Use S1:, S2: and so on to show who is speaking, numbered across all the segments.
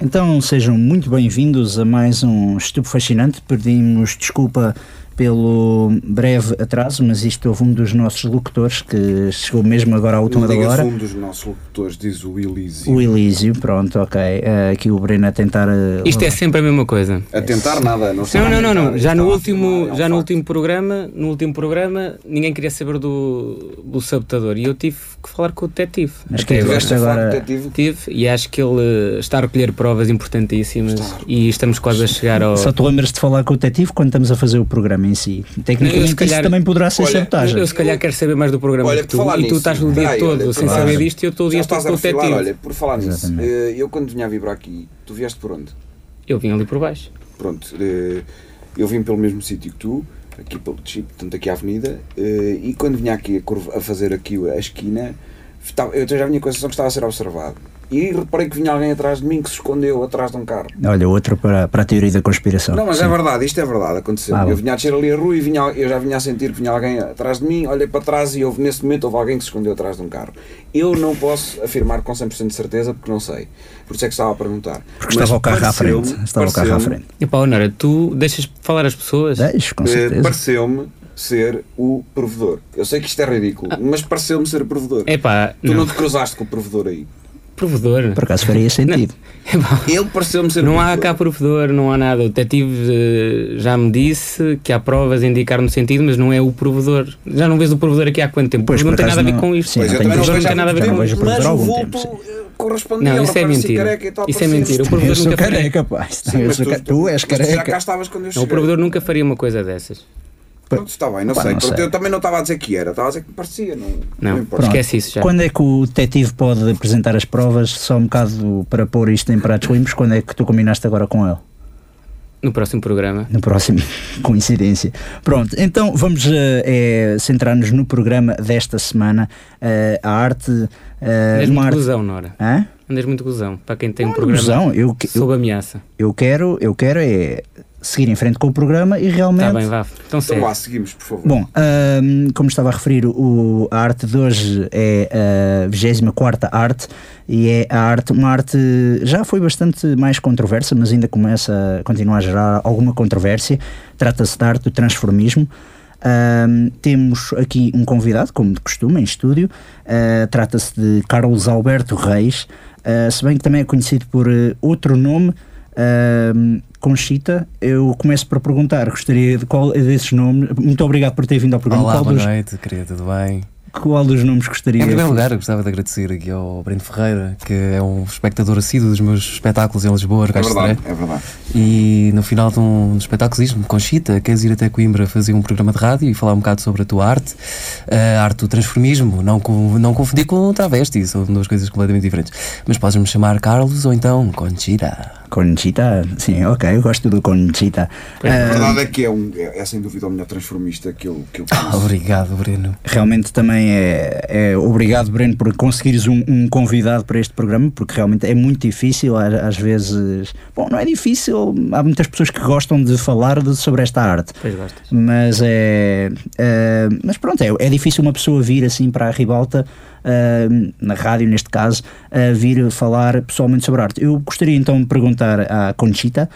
S1: Então sejam muito bem-vindos a mais um Estupo Fascinante. Pedimos desculpa pelo breve atraso, mas isto houve um dos nossos locutores que chegou mesmo agora à última
S2: Não digas
S1: hora.
S2: um dos nossos locutores, diz o Elísio.
S1: O Elísio, pronto, ok. Eh, aqui o Breno a tentar. eh,
S3: Isto é sempre a mesma coisa.
S2: A tentar nada, não está
S3: Não,
S2: a
S3: não, não,
S2: tentar,
S3: não. Já
S2: está
S3: no
S2: a
S3: último,
S2: afirmar, é um
S3: já no
S2: facto.
S3: último programa, no último programa, ninguém queria saber do, do sabotador e eu tive que falar com o detetive.
S1: Mas
S3: Até
S1: quem
S3: agora.
S2: Tiveste
S1: Esta
S2: agora...
S1: agora-
S2: facultativo.
S3: Tive, e acho que ele eh, está a recolher provas importantíssimas e estamos quase a chegar ao.
S1: Só te lembras de falar com o detetive quando estamos a fazer o programa em si.
S3: Eu,
S1: Tecnicamente
S3: se calhar-
S1: isso também poderá ser
S2: Olha,
S1: sabotagem.
S3: Eu se calhar quero saber mais do programa
S2: Olha,
S3: que
S2: por falar
S3: tu e
S2: nisso,
S3: tu
S2: Ah,
S3: estás o dia
S2: peraí,
S3: todo
S2: olha,
S3: sem
S2: claro.
S3: saber disto e eu estou o
S2: Já
S3: dia todo
S2: estás
S3: com
S2: a
S3: o
S2: refilar, olha,
S3: detetive.
S2: por falar nisso,
S1: Exatamente.
S2: eh, eu quando vinha a vir para aqui, tu vieste por onde?
S3: Eu vim ali por baixo.
S2: Pronto, eh, eu vim pelo mesmo sítio que tu, aqui pelo chip, portanto aqui à avenida, eh, e quando vinha aqui a, curva- a fazer aqui a esquina, estava- eu já vinha com a sensação que estava a ser observado. E reparei que vinha alguém atrás de mim que se escondeu atrás de um carro.
S1: Olha, outro para, para a teoria da conspiração.
S2: Não, mas
S1: Sim.
S2: é verdade, isto é verdade, aconteceu.
S1: Ah, bom.
S2: eu vinha a descer ali a rua e vinha, eu já vinha a sentir que vinha alguém atrás de mim, olhei para trás e houve, nesse momento houve alguém que se escondeu atrás de um carro. Eu não posso afirmar com 100% de certeza porque não sei. Por isso é que estava a perguntar.
S1: Porque estava o carro à frente. Estava o carro à frente.
S3: E pá, Honora, tu deixas falar as pessoas?
S1: Deixo,
S2: É,
S1: com certeza.
S2: eh, Pareceu-me ser o provedor. Eu sei que isto é ridículo,
S1: Ah.
S2: mas pareceu-me ser o provedor.
S3: É pá,
S2: tu não
S3: não.
S2: te cruzaste com o provedor aí.
S3: Provedor.
S1: Por acaso faria sentido.
S3: Epá.
S2: Ele pareceu-me ser
S3: É Não
S2: o
S3: há
S2: provedor.
S3: cá provedor, não há nada. O detetive eh, já me disse que há provas a indicar no sentido, mas não é o provedor. Já não vês o provedor aqui há quanto tempo?
S1: Pois,
S3: não
S1: por
S3: tem
S1: acaso
S3: nada a
S1: não-
S3: ver com isto.
S1: Sim,
S2: Pois,
S1: não
S2: eu
S1: tem-
S2: também
S1: já
S2: não
S3: não
S2: vejo
S3: tem nada a ver
S1: já
S2: provedor,
S3: com
S1: não vejo o provedor
S2: mas
S1: há algum
S2: o
S1: tempo,
S2: vulto,
S1: sim.
S2: eh, correspondia
S3: Não,
S2: ao
S3: isso é
S2: rapaz assim
S3: mentira.
S2: careca e tal,
S3: Isso é
S2: parecia-
S3: mentira. O provedor
S1: Eu sou
S3: nunca faria.
S1: careca, pá. Isto não-
S2: Sim,
S1: eu
S2: mas
S1: sou ca- Tu és
S2: mas tu Já cá
S1: careca.
S2: estavas quando eu
S3: Não,
S2: cheguei.
S3: o provedor nunca faria uma coisa dessas.
S2: Pronto, está bem, não
S1: Pá,
S2: sei.
S1: não
S2: Pronto,
S1: sei.
S2: Eu também não estava a dizer que era, estava a dizer que me parecia. Não,
S3: Não,
S2: importa.
S3: esquece isso já.
S1: Quando é que o detetive pode apresentar as provas? Só um bocado para pôr isto em pratos limpos. Quando é que tu combinaste agora com ele?
S3: No próximo programa.
S1: No próximo, coincidência. Pronto, então vamos eh, eh, centrar-nos no programa desta semana. eh, a arte. eh,
S3: Andas
S1: uma
S3: muito
S1: arte-
S3: gozão, Nora.
S1: Hã?
S3: Andas muito gozão. Para quem tem um né?
S1: Não,
S3: programa
S1: ilusão, eu, que- eu,
S3: sob ameaça.
S1: eu quero, eu quero é seguir em frente com o programa e realmente.
S3: Está bem, vá. Então
S2: Então
S3: segue.
S2: vá, seguimos, por favor.
S1: Bom, ahm, como estava a referir, o, a arte de hoje é a 24 arte e é a arte, uma arte já foi bastante mais controversa, mas ainda começa a continuar a gerar alguma controvérsia. Trata-se da arte do transformismo. Ahm, temos aqui um convidado, como de costume, em estúdio. Ah, Trata-se de Carlos Alberto Reis, ah, se bem que também é conhecido por eh, outro nome. Ahm, Conchita, eu começo por perguntar, gostaria de qual desses nomes. Muito obrigado por ter vindo ao programa.
S4: Olá,
S1: qual,
S4: boa
S1: dos,
S4: noite, querida, tudo bem?
S1: qual dos nomes gostaria?
S4: Em primeiro lugar, eu gostava de agradecer aqui ao Breno Ferreira, que é um espectador assíduo dos meus espetáculos em Lisboa, no
S2: é
S4: Caixa de
S2: verdade,
S4: Sodré.
S2: é verdade.
S4: E no final de um dos espetáculos diz-me: Conchita, queres ir até Coimbra fazer um programa de rádio e falar um bocado sobre a tua arte, a arte do transformismo, não, com- não confundir com um travesti, são duas coisas completamente diferentes. Mas podes-me chamar Carlos ou então Conchita.
S1: Conchita, sim, ok, eu gosto do Conchita.
S4: eh,
S2: A
S1: Ah,
S2: verdade é que é, um, é, é sem dúvida o melhor transformista que eu, que eu conheço.
S4: Ah, Obrigado, Breno.
S1: realmente também é, é obrigado, Breno, por conseguires um, um convidado para este programa, porque realmente é muito difícil, a- às vezes. Bom, não é difícil, há muitas pessoas que gostam de falar de- sobre esta arte.
S3: Pois gostas.
S1: Mas é. eh, mas pronto, é, é difícil uma pessoa vir assim para a ribalta, eh, na rádio neste caso, a vir falar pessoalmente sobre arte. Eu gostaria então de perguntar à Conchita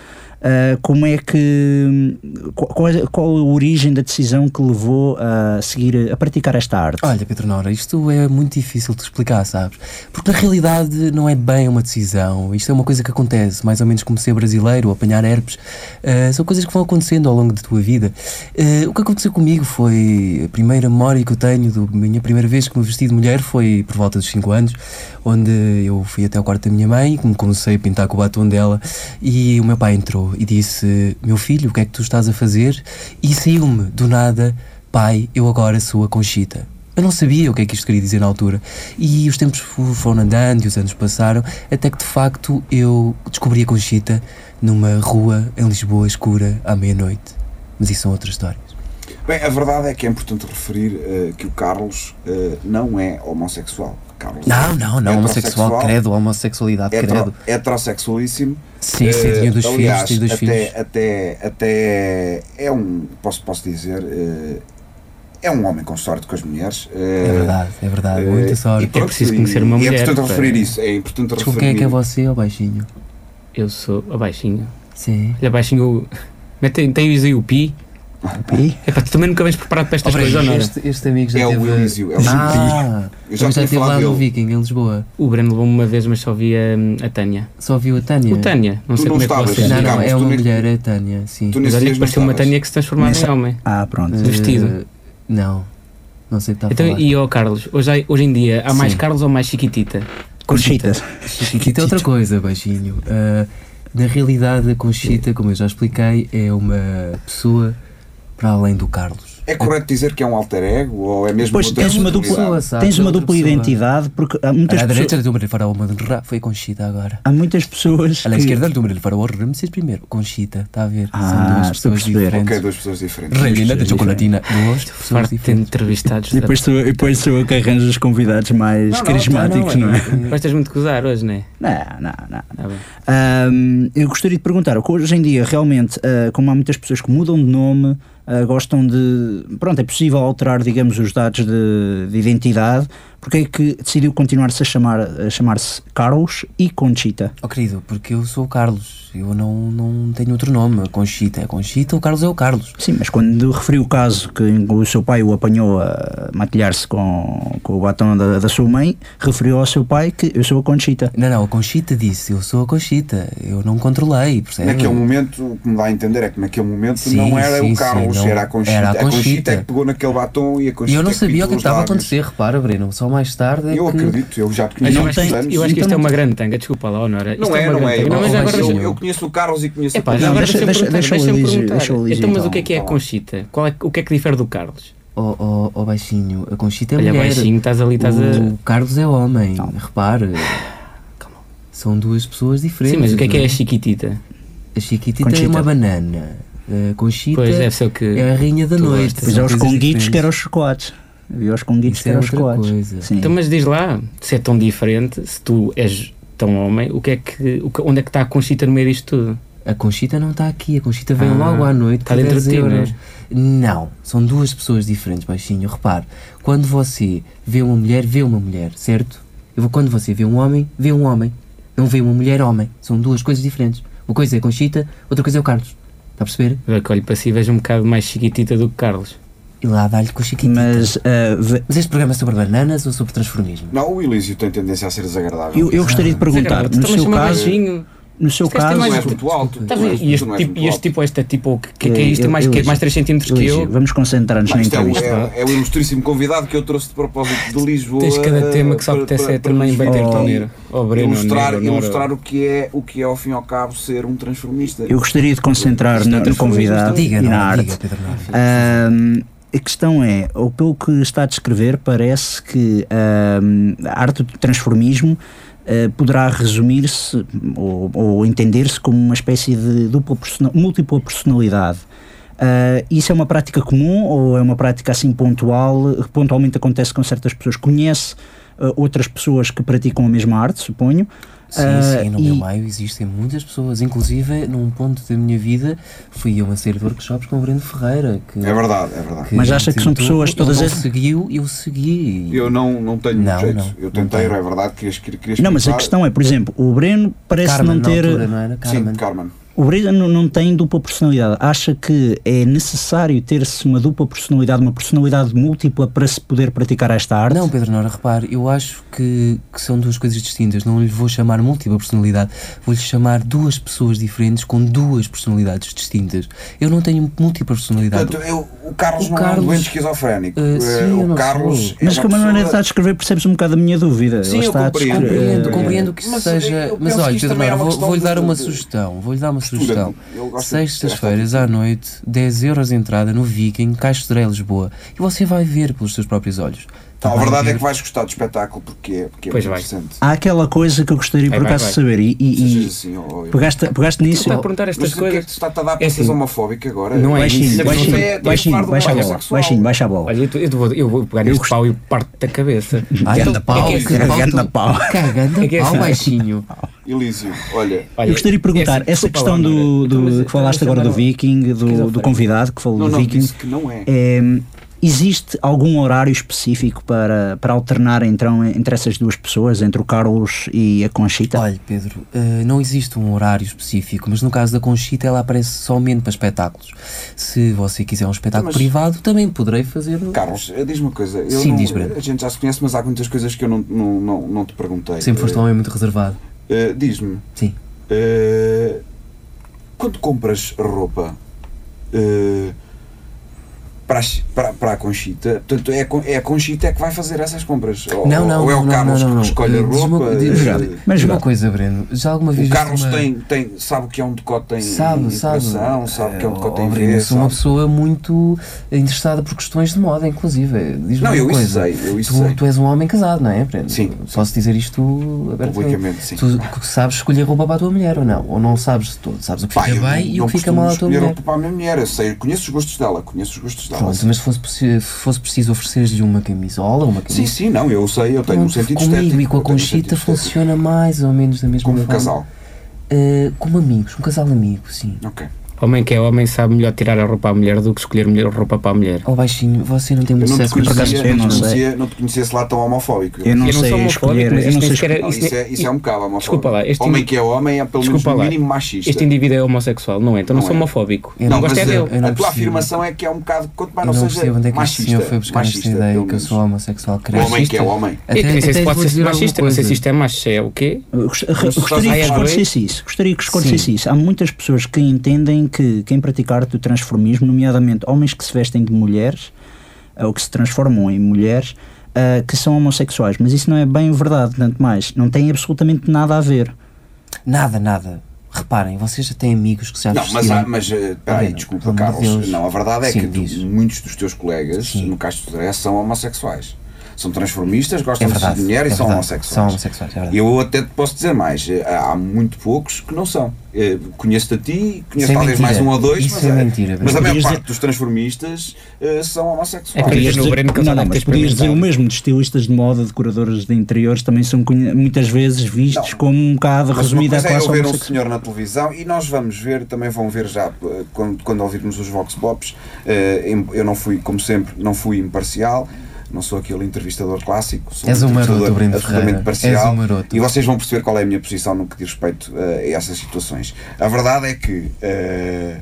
S1: eh, como é que. Qual, qual é- qual a origem da decisão que levou a seguir, a praticar esta arte?
S4: Olha, Pedro Nora, isto é muito difícil de explicar, sabes? Porque na realidade não é bem uma decisão. Isto é uma coisa que acontece, mais ou menos como ser brasileiro, ou apanhar herpes. Ah, são coisas que vão acontecendo ao longo da tua vida. Ah, o que aconteceu comigo foi a primeira memória que eu tenho, da minha primeira vez que me vesti de mulher, foi por volta dos 5 anos, onde eu fui até ao quarto da minha mãe, que me comecei a pintar com o batom dela, e o meu pai entrou e disse: Meu filho, o que é que tu estás a fazer? E saiu-me do nada. Pai, eu agora sou a Conchita. Eu não sabia o que é que isto queria dizer na altura. E os tempos fo- foram andando e os anos passaram, até que de facto eu descobri a Conchita numa rua em Lisboa escura à meia-noite. Mas isso são outras histórias.
S2: Bem, a verdade é que é importante referir eh, que o Carlos eh, não é homossexual. Carlos
S4: Não, não, não,
S2: é
S4: homossexual, credo, homossexualidade,
S2: Hetero,
S4: credo.
S2: é heterossexualíssimo.
S4: Sim, sim,
S2: Eh,
S4: tinha dois
S2: aliás,
S4: filhos, tinha dois
S2: até,
S4: filhos.
S2: Até, até é um, posso, posso dizer, eh, é um homem com sorte com as mulheres. eh,
S4: É verdade, é verdade,
S2: eh,
S4: muita
S2: e
S4: sorte.
S2: pronto,
S3: É preciso
S2: e-
S3: conhecer uma
S2: e
S3: mulher
S2: É importante
S3: para-
S2: referir isso. É importante
S4: Desculpa,
S2: referir
S4: quem é que é você, ó baixinho?
S3: Eu sou a baixinha.
S4: Sim.
S3: Olha, baixinho. Tem, tem aí o Pi.
S1: Pi?
S3: É tu também nunca vens preparado para estas coisas, ou não?
S4: este, este amigo já
S2: É o
S4: teve...
S2: Willisio, é o
S4: ah,
S2: Eu já
S4: mas já
S2: tinha
S4: esteve lá
S2: falado
S4: no
S2: dele.
S4: Viking, em Lisboa.
S3: O Breno levou-me uma vez, mas só via hum, a Tânia.
S4: Só viu a Tânia.
S3: O Tânia, não
S2: Tu
S3: sei
S2: não
S3: como é
S2: estavas,
S3: que vocês.
S4: Não, não,
S2: Ricardo,
S4: é
S2: tu
S4: uma
S2: nem-
S4: mulher, é a Tânia, sim.
S2: Tu
S3: Mas
S2: nesse
S3: olha
S2: dias
S3: que
S2: não
S3: pareceu uma
S2: estavas.
S3: Tânia que se transformava em
S1: Nessa-
S3: homem.
S1: Ah, pronto.
S3: de vestido.
S4: Eh, Não, não sei o que está a
S3: Então,
S4: falar.
S3: e ó Carlos, hoje, há- hoje em dia há mais
S4: Tá Sim.
S3: Carlos ou mais Chiquitita?
S1: Conchita.
S4: Chiquita é outra coisa, baixinho. Ah, na realidade, a Conchita, como eu já expliquei, é uma pessoa para além do Carlos.
S2: É correto dizer que é um alter ego ou é mesmo
S1: Pois,
S2: outra
S1: tens uma
S2: personalidade?
S1: dupla,
S4: sabe?
S1: tens uma
S4: Outra
S1: dupla
S4: pessoa.
S1: identidade porque há muitas
S4: À direita
S1: pessoas.
S4: do número para o Manra foi Conchita agora.
S1: Há muitas pessoas.
S4: À
S1: que-
S4: é esquerda do número para o Ramses primeiro, Conchita, está a ver?
S1: Ah, estou a perceber.
S2: Ok,
S4: diferentes.
S2: duas pessoas diferentes.
S4: Reina da
S1: Duas pessoas
S4: Chocolatina, duas pessoas
S3: Farto de ter
S4: diferentes.
S3: entrevistados.
S1: E depois sou, e depois sou eu que arranjo os convidados mais
S2: Não, não,
S1: carismáticos, não, é?
S3: Gostas muito de gozar hoje, não é?
S1: Não, não, não.
S3: Tá bem.
S1: Ahm, eu gostaria de perguntar, hoje em dia realmente, ah, como há muitas pessoas que mudam de nome, ah, gostam de. Pronto, é possível alterar, digamos, os dados de, de identidade, porque é que decidiu continuar-se a chamar- a chamar-se Carlos e Conchita?
S4: Oh querido, porque eu sou o Carlos, eu não, não tenho outro nome. A Conchita é a Conchita, o Carlos é o Carlos.
S1: Sim, mas quando referiu o caso que o seu pai o apanhou a matilhar-se com, com o batom da, da sua mãe, referiu ao seu pai que eu sou a Conchita.
S4: Não, não, a Conchita disse, eu sou a Conchita, eu não
S2: É
S4: controlei, percebe?
S2: Naquele momento, o que me dá a entender é que naquele momento
S4: Sim,
S2: não era
S4: sim,
S2: o Carlos,
S4: sim, não.
S2: era a Conchita.
S4: Era a Conchita.
S2: é que pegou naquele batom e a Conchita é
S4: E eu não
S2: que
S4: sabia o que
S2: pintou os
S4: estava a
S2: lábios.
S4: acontecer, repara, Breno, só mais tarde é
S2: Eu
S4: que...
S2: acredito, eu já te
S3: Eu,
S2: conheço há
S3: acho,
S2: muitos
S3: que-
S2: anos.
S3: eu acho que isto é
S1: Então-
S3: uma grande tanga, desculpa lá, Honora. Isto
S2: Não é,
S3: uma
S2: não
S3: grande
S2: é.
S3: tanga. Não, mas
S4: Oh,
S3: agora
S4: mas
S2: eu,
S3: deixa-
S4: deixa-
S2: eu conheço o Carlos e conheço
S3: Epá,
S2: o
S1: Não,
S3: agora
S2: Pedro.
S1: deixa-
S3: deixa-me
S1: deixa-
S3: perguntar,
S1: deixa eu
S3: deixa-me
S1: dizer-
S3: perguntar.
S1: deixa eu dizer,
S3: Então, mas o
S1: então.
S3: que é que é a Conchita? Qual é- o que é que difere do Carlos?
S4: Oh, oh, oh, baixinho, a Conchita é
S3: Olha,
S4: mulher,
S3: baixinho, estás ali, estás a.
S4: o Carlos é homem,
S1: Calma.
S4: repare.
S3: Calma.
S4: São duas pessoas diferentes.
S3: Sim, mas o que é que é
S4: não
S3: a Chiquitita?
S4: A Chiquitita
S1: Conchita.
S4: é uma banana, a Eh, Conchita
S3: Pois deve ser o que.
S4: é a rainha da
S3: tu
S4: noite.
S3: gostas.
S1: Pois
S4: são
S1: há os
S4: coisas
S1: conguitos
S4: diferentes.
S1: que eram os chocolates. Havia os conguitos
S4: Isso
S1: que
S4: era
S1: eram os
S4: outra
S1: chocolates.
S4: coisa.
S1: Sim.
S3: Então, mas diz lá, se é tão diferente, se tu és tão homem, o que é que, o que- onde é que está a Conchita no meio disto tudo?
S4: A Conchita não está aqui, a Conchita vem
S3: Ah,
S4: logo à noite.
S3: está
S4: por
S3: dentro
S4: 10
S3: de ti, é?
S4: euros. Não, são duas pessoas diferentes, baixinho. Repare, quando você vê uma mulher, vê uma mulher, certo? Eu vou- Quando você vê um homem, vê um homem. Não vê uma mulher, homem. São duas coisas diferentes. Uma coisa é a Conchita, outra coisa é o Carlos. Está a perceber?
S3: Eu que olho para si e vejo um bocado mais chiquitita do que Carlos.
S4: E lá dá-lhe com o Chiquitita. Mas...
S1: Mas ah, ve-
S4: este programa é sobre bananas ou sobre transformismo?
S2: Não, o Elísio tem tendência a ser desagradável.
S1: eu, eu gostaria de perguntar,
S3: tu
S1: no
S3: também
S1: seu
S3: chama
S1: caso,
S3: baixinho.
S1: no seu
S3: Este é
S1: caso,
S2: Tu não
S3: mais-
S2: és muito alto. tu
S3: Estás a
S2: não
S3: ver?
S2: és-
S3: E
S2: tu
S3: este
S2: não és
S3: tipo,
S2: muito
S3: e este
S2: alto.
S3: tipo, ou esta tipo, o que, que é
S1: eh,
S3: isto?
S1: tipo- eu-
S3: mais
S1: eu-
S3: que mais 3 centímetros que
S1: Elísio,
S3: eu.
S1: Vamos concentrar-nos
S2: Pá,
S1: na
S2: isto é, o,
S1: entrevista.
S2: é, é o ilustríssimo convidado que eu trouxe de propósito de Lisboa.
S3: Tens cada tema que só
S2: eh,
S3: apetece
S2: para-
S3: é
S2: para
S3: também
S2: nos
S3: bater
S1: Oh.
S3: com ele. Oh, Breno,
S2: ilustrar,
S3: Nero, Nora.
S2: ilustrar o, que é, o que é, ao fim e ao cabo, ser um transformista.
S1: Eu gostaria de concentrar
S2: Isto é
S1: no, no
S2: transformismo,
S1: convidado
S4: Diga,
S1: e na
S4: não,
S1: arte.
S4: diga, Pedro Nova.
S1: Ahm, a questão é, ou pelo que está a descrever, parece que ahm, a arte do transformismo ah, poderá resumir-se ou, ou entender-se como uma espécie de dupla persona- múltipla personalidade. Ah, isso é uma prática comum ou é uma prática assim pontual? Pontualmente acontece com certas pessoas. Conhece ah, outras pessoas que praticam a mesma arte, suponho.
S4: Sim,
S1: Ah,
S4: sim, no
S1: e-
S4: meu meio existem muitas pessoas, inclusive num ponto da minha vida fui eu a ser de workshops com o Breno Ferreira. Que,
S2: É verdade, é verdade.
S4: que
S1: Mas acha que são
S4: tentou,
S1: pessoas
S4: ele
S1: todas
S4: não
S1: as-
S4: seguiu, eu segui.
S2: Eu não, não tenho
S4: Não,
S2: jeito.
S4: não,
S2: eu
S4: não
S2: tentei,
S4: tenho.
S2: é verdade, querias, querias
S1: Não, mas a
S2: perguntar.
S1: questão é, por exemplo, o Breno parece
S4: Carmen,
S1: não
S4: na
S1: ter.
S4: altura, não era? Carmen.
S2: Sim, Carmen.
S1: O Breno não tem dupla personalidade. Acha que é necessário ter-se uma dupla personalidade, uma personalidade múltipla para se poder praticar esta arte?
S4: Não, Pedro Nora, repare, eu acho que, que são duas coisas distintas. Não lhe vou chamar múltipla personalidade, vou-lhe chamar duas pessoas diferentes com duas personalidades distintas. Eu não tenho múltipla personalidade.
S2: Portanto, eu, o Carlos
S4: O
S2: não é um
S4: Carlos-
S2: doente esquizofrénico.
S4: Eh,
S2: Eh,
S4: sim, eu
S2: o
S4: não
S2: Carlos.
S4: sou.
S2: é
S1: mas
S2: uma
S1: como a maneira
S2: pessoa-
S1: que está a descrever, percebes um bocado a minha dúvida.
S2: Sim,
S1: Ela
S2: eu
S1: está a
S2: compreendo.
S1: descrever-
S4: Compreendo,
S2: Eh,
S4: compreendo que
S2: mas eu- eu
S4: seja.
S2: penso
S4: Mas
S2: que
S4: olha,
S2: isto
S4: Pedro
S2: também é
S4: Nora,
S2: uma
S4: vou-
S2: questão
S4: vou-lhe
S2: de-
S4: dar uma
S2: de-
S4: sugestão. Vou-lhe dar uma
S2: Estuda-me.
S4: sugestão.
S2: Eu gosto de-
S4: Sextas-feiras à noite, 10 euros de entrada no Viking, Castoré, Lisboa. E você vai ver pelos seus próprios olhos. Tá
S2: Não, a
S4: Vai
S2: verdade é
S4: ver.
S2: que vais gostar do espetáculo porque é, porque é
S3: Pois
S2: muito
S3: vai.
S2: interessante.
S1: Há aquela coisa que eu gostaria
S3: Vai,
S1: por
S3: vai,
S1: acaso de
S3: vai.
S1: saber e, e,
S2: Sejas
S1: e
S2: assim, ó, ó,
S1: pegaste, pegaste nisso.
S3: Então, Está a perguntar
S2: Mas
S3: estas
S2: o que é que
S3: coisas.
S2: te está a dar
S3: É
S2: para
S3: assim.
S2: seres homofóbico agora?
S3: Não é
S4: assim,
S3: isso.
S1: Baixinho,
S3: Ainda por cima é- é
S1: baixinho, baixinho,
S2: falar de
S1: baixa a
S2: uma
S1: bola,
S2: tipo homossexual.
S1: baixinho, baixa a bola.
S3: Olha, eu, eu, vou, eu vou pegar
S1: Eu
S3: neste
S1: gost-
S3: pau e parto da cabeça.
S4: Ah,
S1: Ganda
S4: então,
S1: pau,
S4: é que-
S1: cara,
S4: pau,
S1: ganda
S3: um
S4: tu-
S1: pau.
S4: Cagando
S3: É que é
S4: pau,
S3: assim.
S4: baixinho.
S2: Elísio, olha,
S3: Olha,
S1: eu gostaria de perguntar,
S3: essa-
S1: essa
S3: desculpa
S1: questão
S3: lá,
S1: do,
S3: Nora.
S1: do-
S3: Então, mas-
S1: que falaste
S3: então,
S1: agora do
S3: mas-
S1: Viking, do, do
S3: esquizofrénico.
S1: convidado que falou
S2: não,
S1: do
S2: não,
S1: Viking,
S2: disse que não é.
S1: É, Existe algum horário específico para, para alternar então entre essas duas pessoas, entre o Carlos e a Conchita?
S4: Olha, Pedro, eh, não existe um horário específico, mas no caso da Conchita ela aparece somente para espetáculos. Se você quiser um espetáculo
S2: Mas-
S4: privado, também poderei fazer.
S2: Carlos, eh, diz-me uma coisa. eu
S4: Sim,
S2: não-
S4: diz, Breno.
S2: A gente já se conhece, mas há muitas coisas que eu não, não, não, não te perguntei.
S4: Sempre foste um homem muito reservado.
S2: Eh, eh, Diz-me,
S4: Sim.
S2: eh, quando compras roupa eh, para, as- para, para a Conchita, portanto, é a, Con- é a Conchita é que vai fazer essas compras? Ou,
S4: Não, não,
S2: ou é o
S4: não,
S2: Carlos
S4: não, não, não.
S2: que escolhe a
S4: Eh, diz uma-
S2: roupa?
S4: diz-
S2: Eh,
S1: Jogado.
S4: Mas
S1: Mas
S4: uma
S1: vá.
S4: coisa, Breno, já alguma vez.
S2: O
S4: viste
S2: Carlos
S4: uma-
S2: tem, tem, sabe o que é um decote em
S4: Sabe,
S2: em
S4: sabe.
S2: coração, sabe o que é um
S4: Eh,
S2: decote
S4: oh,
S2: em
S4: Breno, eu
S2: vez,
S4: sou uma
S2: sabe?
S4: pessoa muito interessada por questões de moda, inclusive. Diz-me
S2: Não,
S4: uma
S2: eu isso
S4: coisa.
S2: sei, eu isso
S4: tu,
S2: sei.
S4: tu és um homem casado, não é, Breno?
S2: Sim,
S4: Posso dizer isto abertamente.
S2: Publicamente, sim.
S4: Tu sabes escolher roupa para a tua mulher ou não? Ou não sabes de todo? Sabes o que
S2: Pá,
S4: fica
S2: eu
S4: bem
S2: não-
S4: e
S2: não
S4: o que fica
S2: costumo
S4: mal à tua
S2: escolher
S4: mulher?
S2: roupa para a minha mulher, eu sei, eu conheço os gostos dela, conheço os gostos dela.
S4: Pronto, mas se fosse possi- fosse preciso ofereceres-lhe uma camisola, uma
S2: Sim,
S4: camisa.
S2: sim, não, eu sei, eu tenho um
S4: Pronto,
S2: sentido
S4: comigo
S2: estético.
S4: e com a
S2: eu tenho um sentido
S4: Conchita
S2: estético.
S4: funciona mais ou menos da mesma
S2: Como um
S4: forma.
S2: casal.
S4: Ah, como amigos, um casal amigo, sim.
S2: Ok.
S3: Homem que é homem sabe melhor tirar a roupa à mulher do que escolher melhor roupa para a mulher.
S4: Ó baixinho, você não tem
S2: Eu
S4: muito
S2: não te
S4: sucesso com
S1: por acaso
S2: conhecia,
S1: é eu
S2: não
S1: não
S2: te
S1: sei.
S2: conhecia, não te conhecia esse lado tão homofóbico.
S1: Eu não
S3: Eu não
S1: sei
S3: sou homofóbico, mas
S1: escolher. Eu
S3: isto
S1: não
S3: nem
S1: sei
S3: sequer é-
S1: escolher.
S2: Não,
S3: Isso
S2: isso, é, isso é um bocado homofóbico.
S3: Desculpa lá, este-
S2: Homem que é homem é pelo menos
S3: Desculpa
S2: no
S3: lá,
S2: mínimo machista.
S3: Este indivíduo é homossexual, não é? Então não,
S2: Não é.
S3: sou homofóbico.
S4: Eu
S3: não
S4: não
S3: gosto é
S2: mas eh,
S4: percebo.
S3: dele.
S2: a,
S4: eu não
S2: a tua
S4: percebo.
S2: afirmação é que é um bocado, quanto mais
S4: Eu
S2: não,
S4: não
S2: seja
S4: percebo onde é que
S2: machista.
S4: este senhor foi buscar esta
S2: machista,
S4: ideia
S2: pelo
S4: que eu sou
S2: menos.
S4: homossexual
S2: O
S4: cresce.
S2: homem que é homem.
S3: Eu nem sei se pode ser machista, não sei se
S4: coisa.
S3: isto é macho, é o quê?
S1: Eu gost- re-
S2: Mas
S1: Gostaria que
S3: estás a falar-
S1: esclarecesse isso. Gostaria que esclarecesse isso. Há muitas pessoas que entendem que quem praticar arte do transformismo, nomeadamente homens que se vestem de mulheres eh, ou que se transformam em mulheres, eh, que são homossexuais. Mas isso não é bem verdade, tanto mais. Não tem absolutamente nada a ver.
S4: Nada, nada. Reparem, vocês já têm amigos que já
S2: Não, mas,
S4: vestiram-
S2: há- mas eh, peraí,
S4: Breno,
S2: desculpa,
S4: pelo amor de
S2: Carlos.
S4: Deus.
S2: não, a verdade é
S4: Sim,
S2: que tu-
S4: diz.
S2: muitos dos teus colegas,
S4: Sim.
S2: no caso de Dress, são homossexuais. São transformistas,
S4: É
S2: gostam
S4: verdade.
S2: de dinheiro
S4: é
S2: e são
S4: verdade,
S2: homossexuais.
S4: São homossexuais, é verdade.
S2: Eu até te posso dizer mais, eh, há muito poucos que não são. Eh, Conheço-te a ti,
S4: Isso
S2: conheço
S4: é
S2: talvez
S4: mentira.
S2: mais um ou dois,
S4: Isso
S2: mas,
S4: é
S2: eh,
S4: mentira,
S2: mas a
S4: Breno.
S2: maior
S1: Podias
S2: parte
S1: dizer-
S2: dos transformistas eh, são
S3: É que
S2: homossexuais.
S3: diz no Breno que eles
S1: não, não,
S3: andam a
S1: mas
S3: ter
S1: podias dizer o
S3: experimentado.
S1: mesmo de estilistas de moda, decoradores de interiores, também são conhe- muitas vezes vistos
S2: Não.
S1: como um bocado
S2: Mas uma
S1: resumida a
S2: coisa é
S1: classe
S2: eu ver um
S1: homossexual.
S2: senhor na televisão e nós vamos ver, também vão ver já eh, quando, quando ouvirmos os Vox Pops. eh, em- Eu não fui, como sempre, não fui imparcial. Não sou aquele entrevistador clássico. Sou
S4: És um maroto,
S2: entrevistador
S4: Breno
S2: absolutamente
S4: Ferreira.
S2: parcial.
S4: És um maroto.
S2: E vocês vão perceber qual é a minha posição no que diz respeito eh, a essas situações. A verdade é que eh,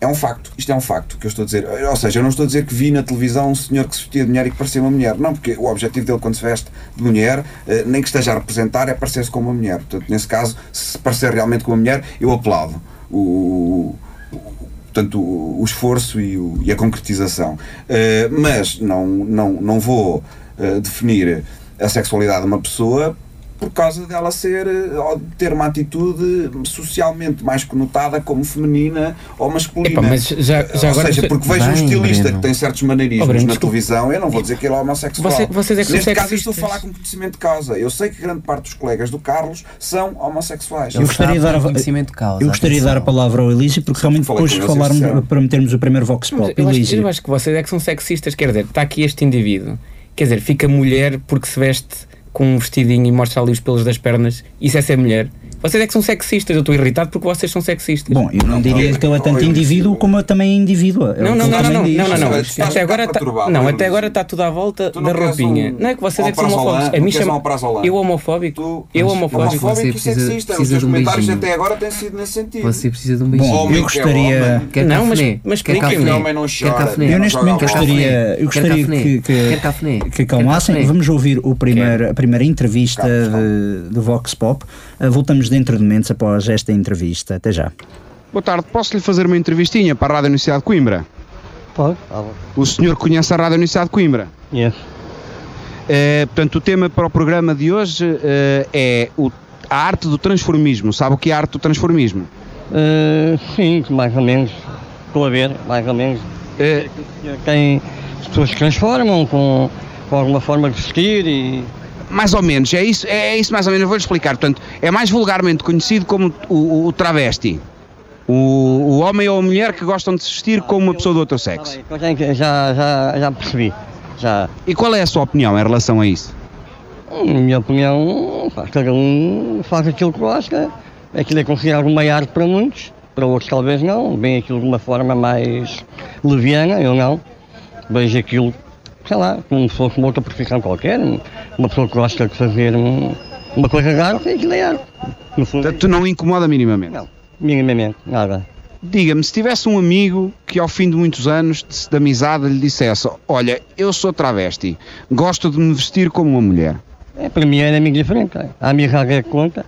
S2: é um facto, isto é um facto que eu estou a dizer. Ou seja, eu não estou a dizer que vi na televisão um senhor que se vestia de mulher e que parecia uma mulher. Não, porque o objetivo dele quando se veste de mulher, eh, nem que esteja a representar, é parecer-se com uma mulher. Portanto, nesse caso, se parecer realmente com uma mulher, eu aplaudo o, o- o- portanto, o, o esforço e, o- e a concretização. Eh, mas não, não, não vou eh, definir a sexualidade de uma pessoa por causa dela ser eh, ou de ter uma atitude socialmente mais conotada como feminina ou masculina.
S3: Epá, mas já, já
S2: né, ou
S3: agora.
S2: seja, porque vejo um
S4: Bem,
S2: estilista
S4: Breno.
S2: que tem certos maneirismos
S3: Oh, Breno,
S2: na
S3: desculpa.
S2: televisão, eu não vou dizer que ele é homossexual.
S3: Você- vocês é que são
S2: Neste caso, eu estou a
S3: sexistas.
S2: falar com conhecimento de causa. Eu sei que grande parte dos colegas do Carlos são homossexuais.
S1: Eu gostaria de dar a-
S4: conhecimento de causa.
S1: Eu gostaria de dar a
S4: atenção.
S1: palavra ao Elísio, porque realmente
S2: Falei
S1: depois
S2: com
S1: de
S2: ele,
S1: falarmos,
S2: sincero.
S1: para metermos o primeiro Vox Pop,
S3: eu, acho,
S1: Elísio.
S3: eu acho que vocês é que são sexistas, quer dizer, está aqui este indivíduo, quer dizer, fica mulher porque se veste com um vestidinho e mostra ali os pelos das pernas, isso é ser mulher. Vocês é que são sexistas, eu estou irritado porque vocês são sexistas.
S1: Bom, eu não,
S2: Não,
S1: diria
S2: não,
S1: que ele é
S2: não,
S1: tanto
S2: eu-
S1: indivíduo como eu também é indivídua. É o
S3: não,
S1: que
S3: não, não,
S1: ele
S3: não,
S1: também
S3: não,
S1: diz.
S3: não, não, não.
S2: Estás- estás
S3: Até agora,
S2: cá
S3: tá,
S2: perturbado,
S3: não,
S2: Luís.
S3: até agora está tudo à volta
S2: Tu não
S3: da
S2: queres
S3: roupinha.
S2: um-
S3: não é que vocês
S2: um
S3: é que são
S2: Alprazolam,
S3: homofóbicos. A
S2: não
S3: mim
S2: queres um
S3: chama...
S2: Alprazolam.
S3: Eu homofóbico.
S2: Tu-
S3: eu
S4: Mas-
S3: homofóbico.
S2: Homofóbico
S4: Você
S2: e
S4: precisa-
S2: sexista. Os
S4: precisa
S2: teus
S4: de um
S2: comentários
S4: beijinho.
S2: até agora têm sido nesse sentido.
S4: Você precisa de um beijinho.
S1: Bom, eu
S2: Homem que é
S1: gostaria.
S2: homem.
S4: Quer
S3: Não, mas-
S4: cafuné?
S3: mas
S4: Quer
S3: expliquem-me.
S4: cafuné?
S2: Homem não
S4: Quer
S2: chora.
S4: cafuné?
S1: é Eu
S2: Não
S1: neste
S2: joga
S1: momento
S2: bola.
S1: gostaria, eu
S4: Quer
S1: gostaria
S4: cafuné?
S1: que,
S4: Quer cafuné?
S1: que, que
S4: Quer
S1: acalmassem.
S4: cafuné?
S1: Vamos ouvir o primeiro, a primeira entrevista
S2: Calma,
S1: de- do Vox Pop. Ah, Voltamos dentro de momentos após esta entrevista. Até já.
S5: Boa tarde, posso lhe fazer uma entrevistinha para a Rádio Universidade de Coimbra?
S6: Pode?
S5: O senhor conhece a Rádio Universidade de Coimbra?
S6: Yes.
S5: Eh, portanto, o tema para o programa de hoje eh, é o- a arte do transformismo. Sabe o que é a arte do transformismo?
S6: Eh, sim, mais ou menos. Estou a ver, mais ou menos.
S5: Eh,
S6: Quem as pessoas se transformam com, com alguma forma de vestir e.
S5: mais ou menos, é isso, é isso mais ou menos, eu vou-lhe explicar. Portanto, é mais vulgarmente conhecido como o, o- o travesti. O, o homem ou a mulher que gostam de se vestir como uma pessoa do outro
S6: Ah,
S5: sexo.
S6: bem, então tem que- já, já, já percebi. Já.
S5: E qual é a sua opinião em relação a isso?
S6: Na minha opinião, pá, cada um faz aquilo que gosta. Aquilo é considerado uma arte para muitos, para outros talvez não. Bem aquilo de uma forma mais leviana, eu não. vejo aquilo, sei lá, como se fosse uma outra profissão qualquer, uma pessoa que gosta de fazer hum, uma coisa de arte, aquilo é arte. No fundo,
S5: Portanto, não incomoda minimamente.
S6: não, minimamente, nada.
S5: Diga-me, se tivesse um amigo que ao fim de muitos anos de, de amizade lhe dissesse: Olha, eu sou travesti, gosto de me vestir como uma mulher.
S6: É, para mim era amigo diferente, cara. a amizade é que conta,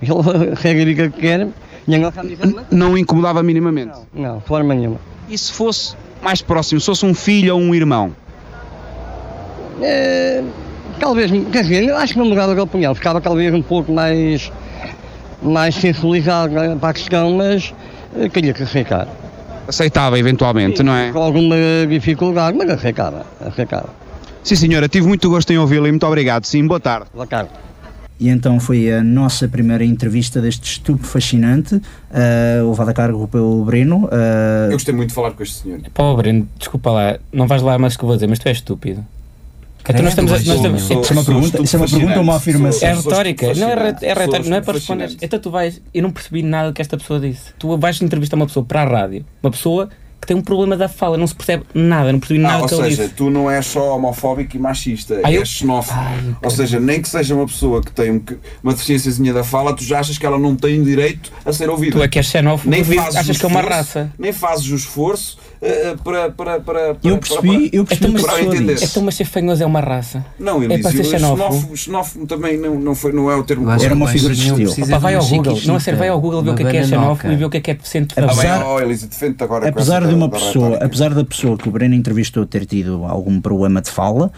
S6: ele segue a vida que quer, e a nossa amizade não.
S5: Não incomodava minimamente.
S6: Não, de forma nenhuma.
S5: E se fosse mais próximo, se fosse um filho ou um irmão?
S6: É, talvez, quer dizer, eu acho que não mudava de opinião, ficava talvez um pouco mais, mais sensibilizado né, para a questão, mas eh, queria que aceitar.
S5: Aceitava eventualmente, não é?
S6: Com alguma dificuldade, mas aceitava, aceitava.
S5: Sim, senhora, tive muito gosto em ouvi-la e muito obrigado. Sim, boa tarde.
S6: Boa tarde.
S1: E então foi a nossa primeira entrevista deste estupo fascinante, uh, levado a cargo pelo Breno.
S2: Eu
S1: ah,
S2: gostei muito de falar com este senhor.
S3: Pá, ó, Breno, desculpa lá, não vais lá mais que eu vou dizer, mas tu és estúpido. Então nós estamos a- nós estamos-
S2: Sou-
S1: Isso é uma
S2: sou
S1: pergunta- isso é uma
S2: estupefacinante.
S1: pergunta ou uma afirmação?
S2: Sou-
S3: É
S2: sou
S3: retórica, não é, re- é
S2: estupefacinante.
S3: retórica, não é
S2: Sou
S3: para responder.
S2: estupefacinante.
S3: Então tu vais, eu não percebi nada que esta pessoa disse. Tu vais entrevistar uma pessoa para a rádio, uma pessoa que tem um problema da fala, não se percebe nada, não percebi
S2: Ah,
S3: nada
S2: ou
S3: que ele
S2: seja,
S3: disse.
S2: tu não és só homofóbico e machista,
S3: Ah, eu-
S2: és xenófobo. ou seja, nem que seja uma pessoa que tem um que- uma deficiênciazinha da fala, tu já achas que ela não tem direito a ser ouvida.
S3: Tu é que és xenófobo,
S2: nem
S3: tu dizes-
S2: fazes
S3: achas
S2: o
S3: que é uma
S2: esforço-
S3: raça.
S2: Nem fazes o esforço eh, para, para, para, para.
S1: eu percebi,
S2: para-
S1: eu
S3: Então,
S1: percebi
S3: mas,
S1: o que a
S2: para
S1: pessoa
S2: entender.
S1: disse.
S3: então, mas ser fanhoso é uma raça.
S2: Não,
S3: é para
S2: Elísio,
S3: ser xenófobo.
S2: xenófobo, xenófobo também não, não, foi, não é o termo
S4: Eu acho
S1: Era
S4: que
S1: uma
S4: o
S1: figura de
S4: Benjamin
S1: estilo.
S4: precisa
S3: Opa,
S4: de
S3: vai
S4: uma
S3: ao Google, não é
S4: chiquita,
S3: sério, vai ao Google ver o
S4: uma
S3: que é que é
S4: bananoca.
S3: xenófobo e ver o que é que é decente da
S2: Ah,
S1: Apesar-
S2: bem, oh, Elísio, defende-te agora com
S1: apesar
S2: essa
S1: de
S2: da-
S1: uma
S2: da
S1: pessoa,
S2: retórica.
S1: apesar da pessoa que o Breno entrevistou ter tido algum problema de fala,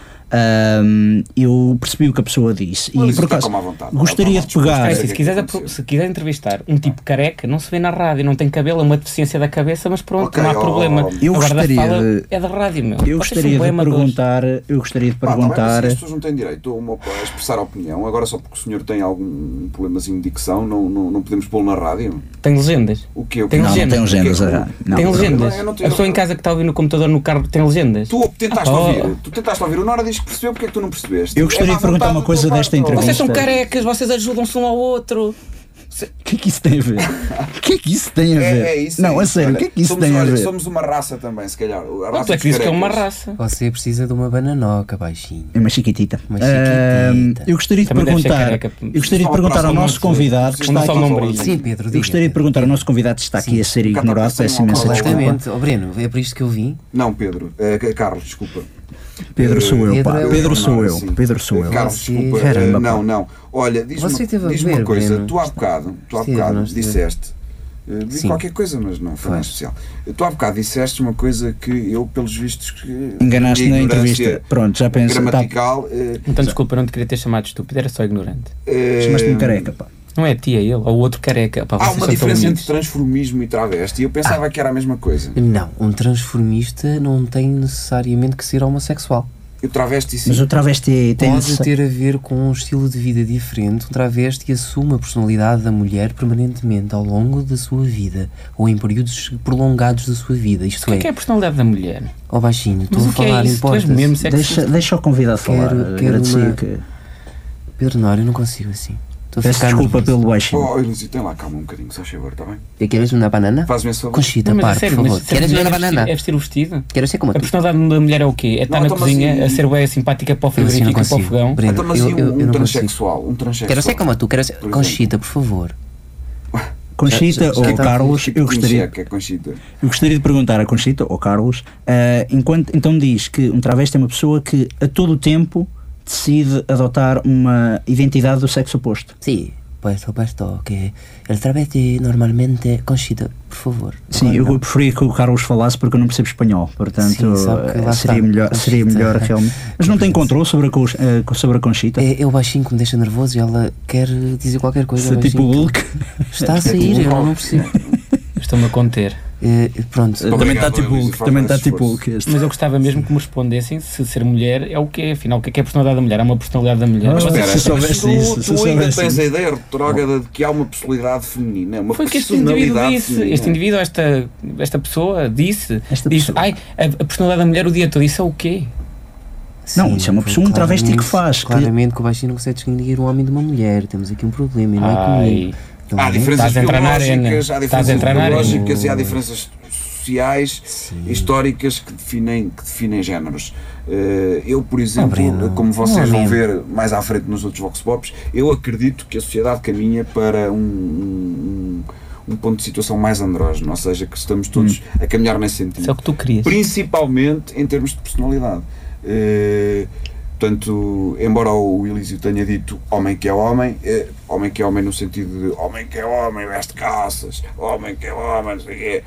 S1: ahm, eu percebi o que a pessoa disse
S2: Mas
S1: e
S2: isso
S1: por
S2: fica
S1: acaso
S2: como à vontade.
S1: gostaria
S2: Não,
S1: de
S2: não, não,
S1: pegar.
S2: não,
S3: É
S2: o
S3: assim,
S2: que
S3: se,
S2: é que
S3: quiseres
S2: aconteceu?
S3: apro- se quiseres entrevistar um tipo careca, não se vê na rádio, não tem cabelo, é uma deficiência da cabeça, mas pronto,
S2: Ok,
S3: não há
S2: ó,
S3: problema.
S2: ó, ó.
S1: Eu
S3: Agora da
S1: gostaria
S3: fala
S1: de-
S3: É da rádio, meu. um
S1: Eu
S3: Vocês são
S1: gostaria de
S3: poemadores.
S1: perguntar, eu gostaria de
S2: Pá, Ah, também
S1: perguntar.
S2: parece que as pessoas não têm direito a uma- a expressar opinião, agora só porque o senhor tem algum problemazinho de dicção, não, não, não podemos pô-lo na rádio.
S3: Tem legendas.
S2: O que eu
S3: Tem
S1: não, não
S3: legendas.
S1: tem um legendas,
S2: O que é que-
S1: ah, não.
S3: tem
S2: não,
S3: legendas.
S2: não, eu não tenho-
S3: a pessoa em casa que está a ouvir no computador, no carro, tem legendas.
S2: Tu tentaste
S3: Ah,
S2: ouvir,
S3: oh.
S2: tu tentaste ouvir, o Nora diz que percebeu, porque é que tu não percebeste?
S1: Eu gostaria
S2: É má
S1: de perguntar
S2: vontade
S1: uma coisa
S2: da tua
S1: desta
S2: parte, ó.
S1: entrevista.
S3: Vocês são
S1: Isto é-
S3: carecas, vocês ajudam-se um ao outro.
S1: O que é que isso tem a ver? O que é que isso tem a ver?
S2: É, é isso.
S1: não,
S2: é
S1: a
S2: isso.
S1: sério, o
S2: Olha,
S1: que é que isso
S2: somos,
S1: tem a
S2: olha,
S1: ver?
S2: Somos uma raça também, se calhar. A
S3: Não,
S2: raça
S3: tu é
S2: dos
S3: que dizes que é uma
S2: carecas.
S3: raça.
S4: Você precisa de uma bananoca, baixinho.
S1: É uma chiquitita.
S4: Uma
S1: Ahm,
S4: chiquitita.
S1: eu gostaria de
S3: é Também deve ser
S1: perguntar.
S3: careca. um
S1: Eu gostaria
S2: Só
S1: de
S2: uma
S1: perguntar
S2: praça,
S1: ao
S2: não
S1: nosso
S2: sei.
S1: convidado que
S2: Preciso
S1: está
S2: de
S1: aqui.
S2: um ombro.
S4: Sim, Pedro,
S1: Eu
S4: diga.
S1: gostaria de perguntar ao nosso convidado que está aqui a ser ignorado, peço imensa desculpa.
S4: Completamente. Ó Breno, é por isto que eu vim.
S2: Não, Pedro. eh, Carlos, desculpa.
S1: Pedro sou eu,
S4: Pedro
S1: pá.
S4: é o-
S1: Eh, Pedro sou eu,
S2: Sim.
S1: Pedro sou eu.
S2: Carlos,
S4: Você-
S2: desculpa.
S1: Caramba,
S2: eh, não,
S1: pá.
S2: não. Olha, diz-me
S4: Você teve a
S2: diz-me uma
S4: beber,
S2: coisa.
S4: Breno?
S2: Tu há bocado, tu há
S4: Esteve, não
S2: bocado
S4: esteve?
S2: disseste. eh, Diz
S4: Sim.
S2: qualquer coisa, mas não foi nada especial. Tu há bocado disseste uma coisa que eu, pelos vistos, que.
S1: Enganaste
S2: minha
S1: na
S2: ignorância
S1: entrevista. Pronto, já penso. Tá,
S2: Gramatical. eh,
S3: Então desculpa, eu não te queria ter chamado de estúpido, era só ignorante.
S2: eh,
S1: Chamaste-me careca, pá.
S3: Não é a ti, é ele, ou o outro careca. Pá,
S2: Há
S3: vocês
S2: uma
S3: são tão
S2: diferença entre
S3: bonitos.
S2: transformismo e travesti. Eu pensava que era a mesma coisa.
S4: Não, um transformista não tem necessariamente que ser homossexual.
S2: E o travesti, sim.
S1: Mas o travesti tem.
S4: Pode ter a ver com um estilo de vida diferente. Um travesti assume a personalidade da mulher permanentemente ao longo da sua vida ou em períodos prolongados da sua vida. Isto
S3: O que é
S4: é,
S3: que é a personalidade da mulher?
S4: ó baixinho,
S3: Mas
S4: estou a
S3: o que é
S4: falar em
S3: isso? Tu és mesmo sexista.
S1: Deixa, deixa o convidado falar.
S4: Quero- quero
S1: Agradecia
S4: uma-
S1: que.
S4: Pedro, não, eu não consigo assim. Estou a
S1: Peço
S4: ficar
S1: desculpa
S4: nervoso.
S1: pelo baixinho.
S2: Oh, Elísio, tem lá calma um bocadinho, só chegou, está bem?
S4: E Queres uma banana?
S2: Faz-me esse favor.
S4: Conchita,
S3: Não, mas a
S4: par,
S3: sério,
S4: por
S3: mas
S4: favor.
S3: ser
S4: Queres
S3: mulher
S4: uma
S3: é vestir-
S4: banana?
S3: É vestir o vestido?
S4: Quero ser como
S3: A
S4: tu.
S3: personalidade da mulher é o quê? É estar
S2: Não,
S3: na
S2: então, mas
S3: cozinha,
S2: e-
S3: a ser bem simpática para o
S4: Eu assim não
S3: frigorífico e para o
S4: consigo.
S3: fogão.
S4: Breno,
S2: Então, mas
S4: eu,
S2: e um,
S4: eu-
S2: um
S4: eu não consigo.
S2: transexual? Um transexual.
S4: Quero ser como tu, quero ser...
S2: Por exemplo.
S4: Conchita, por favor.
S1: Conchita
S4: Já- já- já
S1: ou
S4: está.
S1: Carlos, eu gostaria,
S2: Que é Conchita.
S1: eu gostaria de perguntar à Conchita ou Carlos, ah, enquanto então diz que um travesti é uma pessoa que a todo o tempo decide adotar uma identidade do sexo oposto.
S4: Sí, por supuesto que el travesti normalmente... Conchita, por favor.
S1: Sim,
S4: Agora
S1: eu
S4: não.
S1: preferia que o Carlos falasse porque eu não percebo espanhol, portanto
S4: Sim, sabe que lá
S1: ah, seria
S4: está.
S1: melhor, seria
S4: Conchita.
S1: melhor realmente. Mas não tem controle sobre a, Cons- ah, sobre a Conchita?
S4: É, é o baixinho que me deixa nervoso e ela quer dizer qualquer coisa.
S1: Se é
S4: ao
S1: tipo o
S4: baixinho.
S1: Hulk,
S4: Está a sair, eu não percebo.
S3: Estou-me a conter.
S4: É, pronto,
S2: Obrigado,
S3: tá
S2: Luís,
S1: também está tipo Hulk,
S2: por
S1: também está
S2: esse
S1: tipo
S2: esforço.
S1: Hulk este.
S3: Mas eu gostava mesmo que me respondessem se ser mulher é o quê, afinal, o que é, que é a personalidade da mulher? É uma personalidade da mulher.
S1: Ah,
S3: Vocês-
S1: espera. Se
S2: Mas
S1: soubesse
S2: tu,
S1: isso, se
S2: tu ainda
S1: soubesse
S2: tens
S1: isso.
S2: a ideia retrógrada de que há uma personalidade feminina, uma
S3: Foi o que este indivíduo
S2: personalidade
S3: disse.
S2: feminina.
S3: Este indivíduo, esta, esta pessoa, disse.
S1: Esta
S3: disse
S1: pessoa.
S3: Ai, a, a personalidade da mulher o dia todo. Isso é o quê?
S1: Não, isso é uma pessoa, um travesti que
S4: claramente-
S1: faz, que-
S4: Claramente que o baixinho não consegue distinguir um homem de uma mulher. Temos aqui um problema, e não é
S3: Ai.
S4: comigo. Então,
S2: Há
S4: é?
S2: diferenças
S3: Estás a entrar na
S2: biológicas,
S3: arena.
S2: há
S3: Estás a
S2: diferenças
S3: entrar na arena.
S2: biológicas e há diferenças sociais históricas que definem, que definem géneros. Eh, eu, por exemplo,
S4: Bruno.
S2: como
S4: Não,
S2: vocês vão
S4: Bruno.
S2: ver mais à frente nos outros Vox Pops, eu acredito que a sociedade caminha para um, um- um ponto de situação mais andrógeno, ou seja, que estamos todos
S3: Hum.
S2: a caminhar nesse sentido
S4: Isso é o que tu querias.
S2: principalmente em termos de personalidade. Eh, Portanto, embora o Elísio tenha dito homem que é homem, eh, homem que é homem no sentido de homem que é homem, veste calças, homem que é homem, não sei o quê,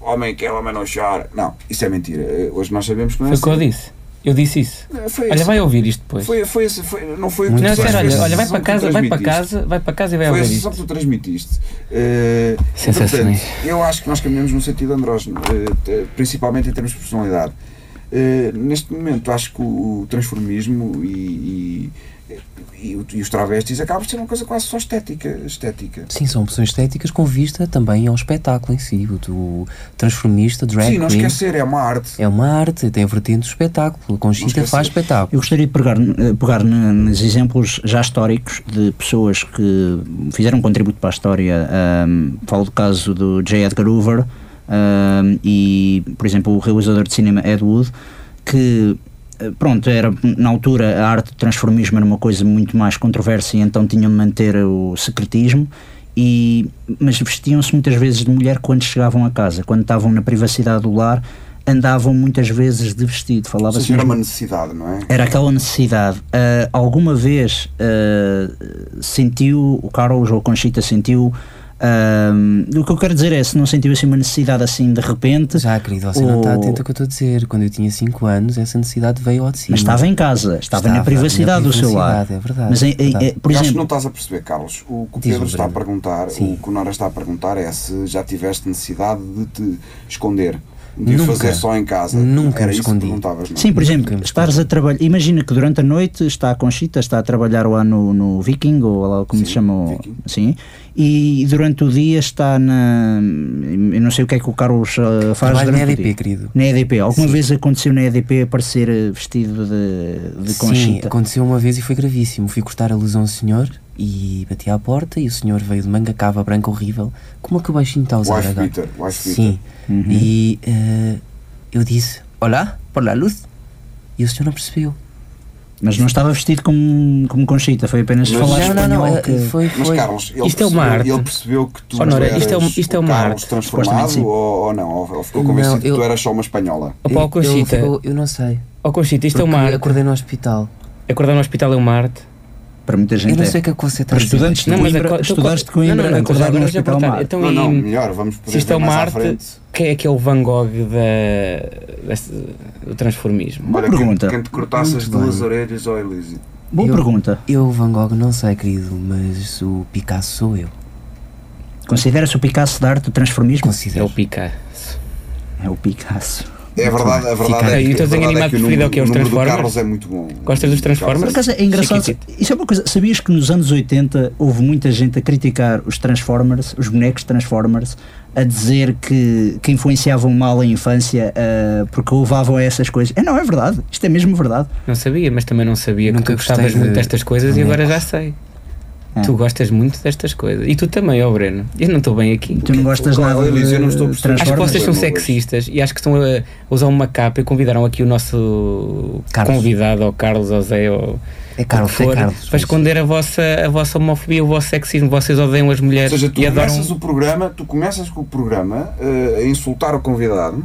S2: homem que é homem não chora. Não, isso é mentira. Eh, Hoje nós sabemos que não é
S3: Foi o que eu
S2: assim.
S3: disse. Eu disse isso.
S2: Eh, Foi
S3: Olha,
S2: esse-
S3: vai ouvir isto depois.
S2: foi, foi esse- foi- não foi o que
S3: Não,
S2: tu
S3: sério,
S2: disseste,
S3: olha,
S2: foi
S3: olha, vai
S2: essa sensação
S3: para
S2: que
S3: casa,
S2: tu
S3: vai para
S2: transmitiste.
S3: casa, vai para casa e vai
S2: Foi a
S3: ouvir
S2: sensação que
S3: isto.
S2: tu transmitiste. Eh,
S3: Sensacionais.
S2: portanto, eu acho que nós caminhamos num sentido andrógeno, eh, te- principalmente em termos de personalidade. Eh, neste momento, acho que o, o transformismo e, e- e o- e os travestis acabam de ser uma coisa quase só estética. estética.
S4: Sim, são opções estéticas com vista também ao espetáculo em si, o do transformista, drag
S2: Sim, não
S4: queen.
S2: esquecer, é uma arte.
S4: É uma arte, tem a vertente do espetáculo. A Conchita
S2: Não esquecer.
S4: faz espetáculo.
S1: Eu gostaria de pegar, eh, pegar n- nos exemplos já históricos de pessoas que fizeram um contributo para a história. Ahm, falo do caso do J. Edgar Hoover ahm, e, por exemplo, o realizador de cinema Ed Wood, que eh, pronto, era na altura a arte do transformismo era uma coisa muito mais controversa e então tinham de manter o secretismo e mas vestiam-se muitas vezes de mulher quando chegavam a casa, quando estavam na privacidade do lar, andavam muitas vezes de vestido,
S2: Ou
S1: falava-se
S2: seja, era
S1: mesmo-
S2: uma necessidade, não é?
S1: era aquela necessidade. Ah, alguma vez ah, sentiu, o Carlos ou a Conchita sentiu. ah, o que eu quero dizer é se não sentiu assim uma necessidade assim de repente,
S4: Já, querido, você não
S1: Ou-
S4: está atento ao que eu estou a dizer. Quando eu tinha 5 anos, essa necessidade veio ao de cima.
S1: mas estava em casa, estava, na privacidade do seu lar.
S4: privacidade, É verdade.
S1: Mas, em- em-
S4: verdade.
S1: eh, por
S2: Eu Acho que não
S1: exemplo,
S2: estás a perceber, Carlos. O que o
S4: Diz-me,
S2: Pedro está a
S4: Bruno.
S2: perguntar,
S4: Sim.
S2: o que o Nora está a perguntar é se já tiveste necessidade de te esconder, de
S4: Nunca.
S2: o fazer só em casa.
S4: Nunca
S2: Era
S4: me
S2: isso que
S4: escondi.
S2: perguntavas, não? é?
S1: sim, por exemplo,
S4: Nunca me
S1: estares a trabalhar. Imagina que durante a noite está a Conchita, está a trabalhar lá no, no Viking, ou lá como
S2: Sim,
S1: se chama, o-
S2: Viking.
S1: sim, e durante o dia está na. Eu não sei o que é que o Carlos ah, faz
S4: Trabalho na
S1: durante o dia.
S4: EDP, querido.
S1: Na EDP, alguma
S4: Sim.
S1: vez aconteceu na EDP aparecer eh, vestido de, de
S4: Sim,
S1: conchita?
S4: aconteceu uma vez e foi gravíssimo. Fui cortar a luz a um senhor e bati à porta e o senhor veio de manga cava branca horrível. Como é que o baixinho está a usar
S2: Wife
S4: agora?
S2: beater, wife beater.
S4: Sim. E eh, eu disse, olá, por la luz. E o senhor não percebeu.
S1: Mas não estava vestido como, como conchita, foi apenas
S2: Mas-
S1: falar
S4: não, não,
S1: espanhol.
S4: não, eh,
S1: que-
S4: foi,
S2: é, Mas
S4: foi.
S2: Carlos, ele,
S3: Isto é
S2: percebeu,
S3: uma arte.
S2: ele percebeu que tu
S3: Ó, Nora,
S2: eras
S3: isto é um- isto é
S2: o
S3: uma
S2: Carlos
S3: arte.
S1: Supostamente,
S2: transformado
S1: sim.
S2: ou, ou não? Ou, ou ficou
S4: Não,
S2: convencido que
S4: eu-
S2: tu eras só uma espanhola?
S3: Opa, ó
S4: Eu-
S3: Conchita,
S4: Eu, eu não sei.
S3: ó Conchita, isto é
S4: porque
S3: uma arte.
S4: Acordei no hospital.
S3: Acordar no hospital é uma arte.
S1: Para muita gente.
S4: Eu não
S1: é.
S4: sei o que é que você está
S1: Para
S4: a dizer.
S1: estudantes de
S3: Não, mas
S1: Coimbra,
S3: aco- então,
S1: estudantes de
S3: co- não,
S1: Coimbra,
S3: não, não,
S1: acordar no
S3: agora já
S1: hospital
S3: cortaram.
S1: mar.
S3: Então,
S2: Não, não,
S3: e-
S2: melhor, vamos
S3: Se
S2: poder
S3: isto é
S2: ver
S3: uma
S2: mais à
S3: arte,
S2: frente.
S3: quem é que é o Van Gogh da, deste- do transformismo?
S1: Boa pergunta.
S2: Quem, quem te cortasse
S4: Muito
S2: as duas
S4: bem.
S2: orelhas ao Elísio.
S1: Boa
S4: Eu-
S1: pergunta.
S4: Eu, Van Gogh, não sei, querido, mas o Picasso sou eu.
S1: Considera-se o Picasso da arte do transformismo?
S3: É o
S4: Considero.
S3: Picasso.
S1: É o Picasso.
S2: É verdade, a
S4: Fica
S2: verdade
S4: aí.
S2: é que,
S3: E o teu
S2: a
S3: desenho
S2: verdade é
S3: animado
S2: que o
S3: preferido
S2: número,
S3: é o quê? Os
S2: número do
S3: Transformers?
S2: Carlos é muito bom.
S3: Gostas dos Transformers?
S1: Por acaso é engraçado, isso é uma coisa, sabias que nos anos 80 houve muita gente a criticar os Transformers, os bonecos Transformers, a dizer que, que influenciavam mal a infância ah, porque levavam a essas coisas. É não, é verdade, isto é mesmo verdade.
S3: Não sabia, mas também não sabia
S4: Nunca
S3: que tu gostavas
S4: gostei
S3: muito
S4: de- Hum.
S3: destas coisas e
S4: Não.
S3: agora já sei.
S1: É.
S3: Tu gostas muito destas coisas. E tu também, ó Breno. Eu não estou bem aqui.
S1: Tu não gostas
S2: Claro,
S1: nada
S2: Elísio,
S1: de
S2: eu não estou a perceber.
S3: Acho que
S1: Transformers?
S3: vocês são
S2: Transformers.
S3: sexistas e acho que estão a usar uma capa e convidaram aqui o nosso
S4: Carlos.
S3: convidado, ao Carlos, ao Zé, ao
S4: É
S3: ao que
S4: Carlos, é
S3: for,
S4: Carlos.
S3: para esconder a vossa, a vossa homofobia, o vosso sexismo. Vocês odeiam as
S2: Ou
S3: mulheres
S2: seja, tu
S3: e adoram. um-
S2: começas o programa, tu começas com o programa eh, a insultar o convidado,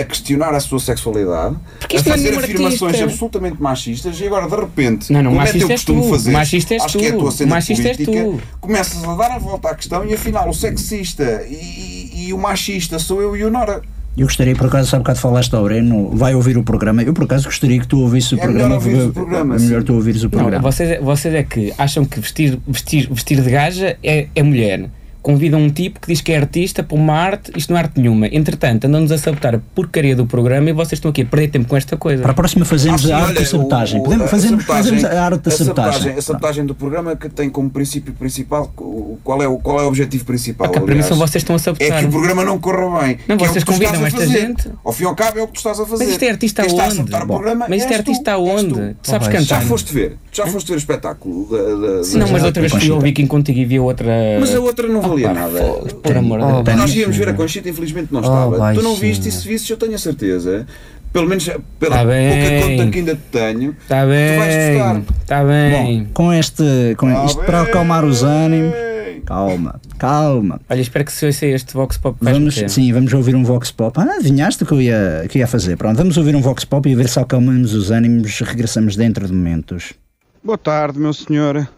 S2: a questionar a sua sexualidade,
S3: Porque
S2: a
S3: isto não é
S2: fazer
S3: nenhum
S2: afirmações
S3: artista.
S2: absolutamente machistas e agora de repente,
S3: Não, não,
S2: como é teu
S3: machista és
S2: costume
S3: tu,
S2: fazer,
S3: machista és
S2: acho que é a
S3: tu,
S2: tua cena
S3: machista és
S2: política,
S3: tu.
S2: começas a dar a volta à questão e afinal o sexista e, e o machista sou eu e o Nora.
S1: Eu gostaria, por acaso, há bocado falaste ao Breno, vai ouvir o programa. Eu, por acaso, gostaria que tu ouvisse o
S2: É
S1: programa.
S2: melhor ouvires o
S1: porque-
S2: programa,
S1: é melhor
S2: sim.
S1: tu ouvires o
S3: Não,
S1: programa.
S3: vocês, é- vocês é que acham que vestir, vestir, vestir de gaja é, é mulher. Convidam um tipo que diz que é artista para uma arte, isto não é arte nenhuma. Entretanto, andam-nos a sabotar a porcaria do programa e vocês estão aqui a perder tempo com esta coisa.
S1: Para a próxima
S2: Ah,
S1: fazemos a
S2: sim,
S1: arte da
S2: olha,
S1: sabotagem.
S2: o- o-
S1: Podemos,
S2: a
S1: fazemos,
S2: sabotagem-
S1: fazemos a arte da
S2: a
S1: sabotagem.
S2: A sabotagem do programa que tem como princípio principal o- qual é o, qual é o objetivo principal.
S3: Porque para mim
S2: aliás.
S3: são vocês Ah, que estão a
S2: É
S3: sabotar.
S2: que o programa não corra bem.
S3: Não,
S2: que é o
S3: vocês
S2: que tu estás
S3: convidam
S2: a
S3: esta
S2: fazer.
S3: gente.
S2: Ao fim e ao cabo é o que tu estás a fazer.
S3: Mas isto é artista
S2: Quem está a
S3: aonde?
S2: sabotar o
S3: Bom,
S2: programa
S3: mas isto é
S2: és tu,
S3: artista
S2: és tu.
S3: aonde? Tu sabes
S4: Oh, bem,
S3: cantar.
S2: Já foste ver, já foste ver o espetáculo da, da-
S3: Se não,
S2: da-
S3: mas
S1: Já
S3: outra vez
S1: foi
S3: fui ao
S1: Conchita.
S3: Viking contigo e vi outra.
S2: Mas a outra não
S3: Oh,
S2: valia
S3: pá,
S2: nada.
S3: foda-se, Por amor de
S4: Oh,
S3: Deus.
S4: pá.
S2: Nós íamos ver a Conchita, infelizmente não
S4: Oh,
S2: estava. tu não
S4: baixinha.
S2: viste e se visses, eu tenho a certeza. Pelo menos pela
S3: Tá bem.
S2: pouca conta que ainda te tenho.
S3: Está tá bem.
S2: buscar.
S3: Está
S1: Bom,
S3: bem.
S1: com este. Com
S2: Tá
S1: isto para
S2: bem.
S1: acalmar os ânimos. Calma, calma.
S3: Olha, espero que se ouça este Vox Pop que vais
S1: Vamos,
S3: meter.
S1: sim, vamos ouvir um Vox Pop. Ah, adivinhaste o que eu ia, que eu ia fazer. Pronto, vamos ouvir um Vox Pop e a ver se acalmamos os ânimos. Regressamos dentro de momentos.
S5: Boa tarde, meu senhor.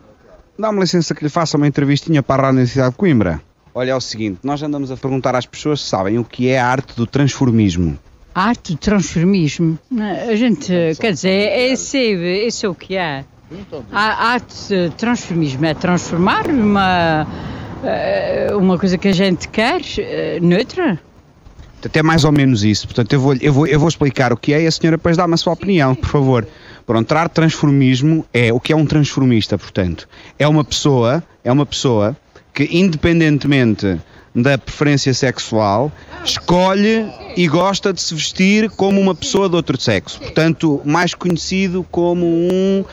S5: Dá-me licença que lhe faça uma entrevistinha para a Rádio Universidade de Coimbra. Olha, é o seguinte, nós andamos a perguntar às pessoas se sabem o que é a arte do transformismo.
S7: A arte do transformismo, né, a gente, quer dizer, é esse, esse é o que é. A arte de transformismo é transformar uma, eh, uma coisa que a gente quer, eh, neutra.
S5: Até mais ou menos isso. Portanto, eu vou, eu vou, eu vou explicar o que é e a senhora depois dá-me a sua opinião, por favor. Pronto, a arte de transformismo é o que é um transformista, portanto. É uma pessoa, é uma pessoa que independentemente da preferência sexual, escolhe e gosta de se vestir como uma pessoa de outro sexo. Portanto, mais conhecido como um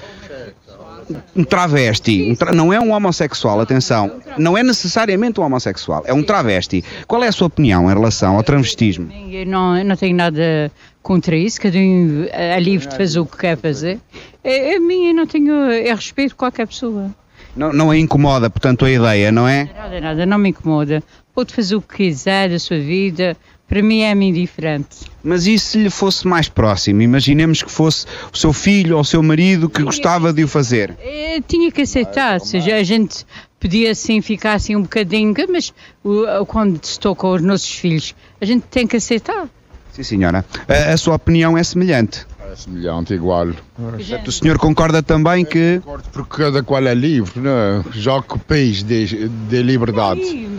S5: um travesti, um tra- não é um homossexual, atenção, não é necessariamente um homossexual, é um travesti. Qual é a sua opinião em relação ao travestismo?
S7: Eu não, eu não tenho nada contra isso, cada um é livre de fazer o que quer fazer. Eh, A mim, eu não tenho, eu respeito qualquer pessoa.
S5: Não, não a incomoda, portanto, a ideia, não é?
S7: Nada, nada, não me incomoda. Pode fazer o que quiser da sua vida, para mim é-me indiferente.
S5: Mas e se lhe fosse mais próximo? Imaginemos que fosse o seu filho ou o seu marido que gostava de o fazer.
S7: Eh, tinha que aceitar, ou seja, a gente podia assim ficar assim um bocadinho, mas o- quando se toca aos nossos filhos, a gente tem que aceitar.
S5: Sim, senhora. A, a sua opinião é semelhante.
S8: É semelhante, igual.
S7: é.
S5: O senhor concorda também que.
S8: Concordo Porque cada qual é livre, né? Já que o país de, de liberdade,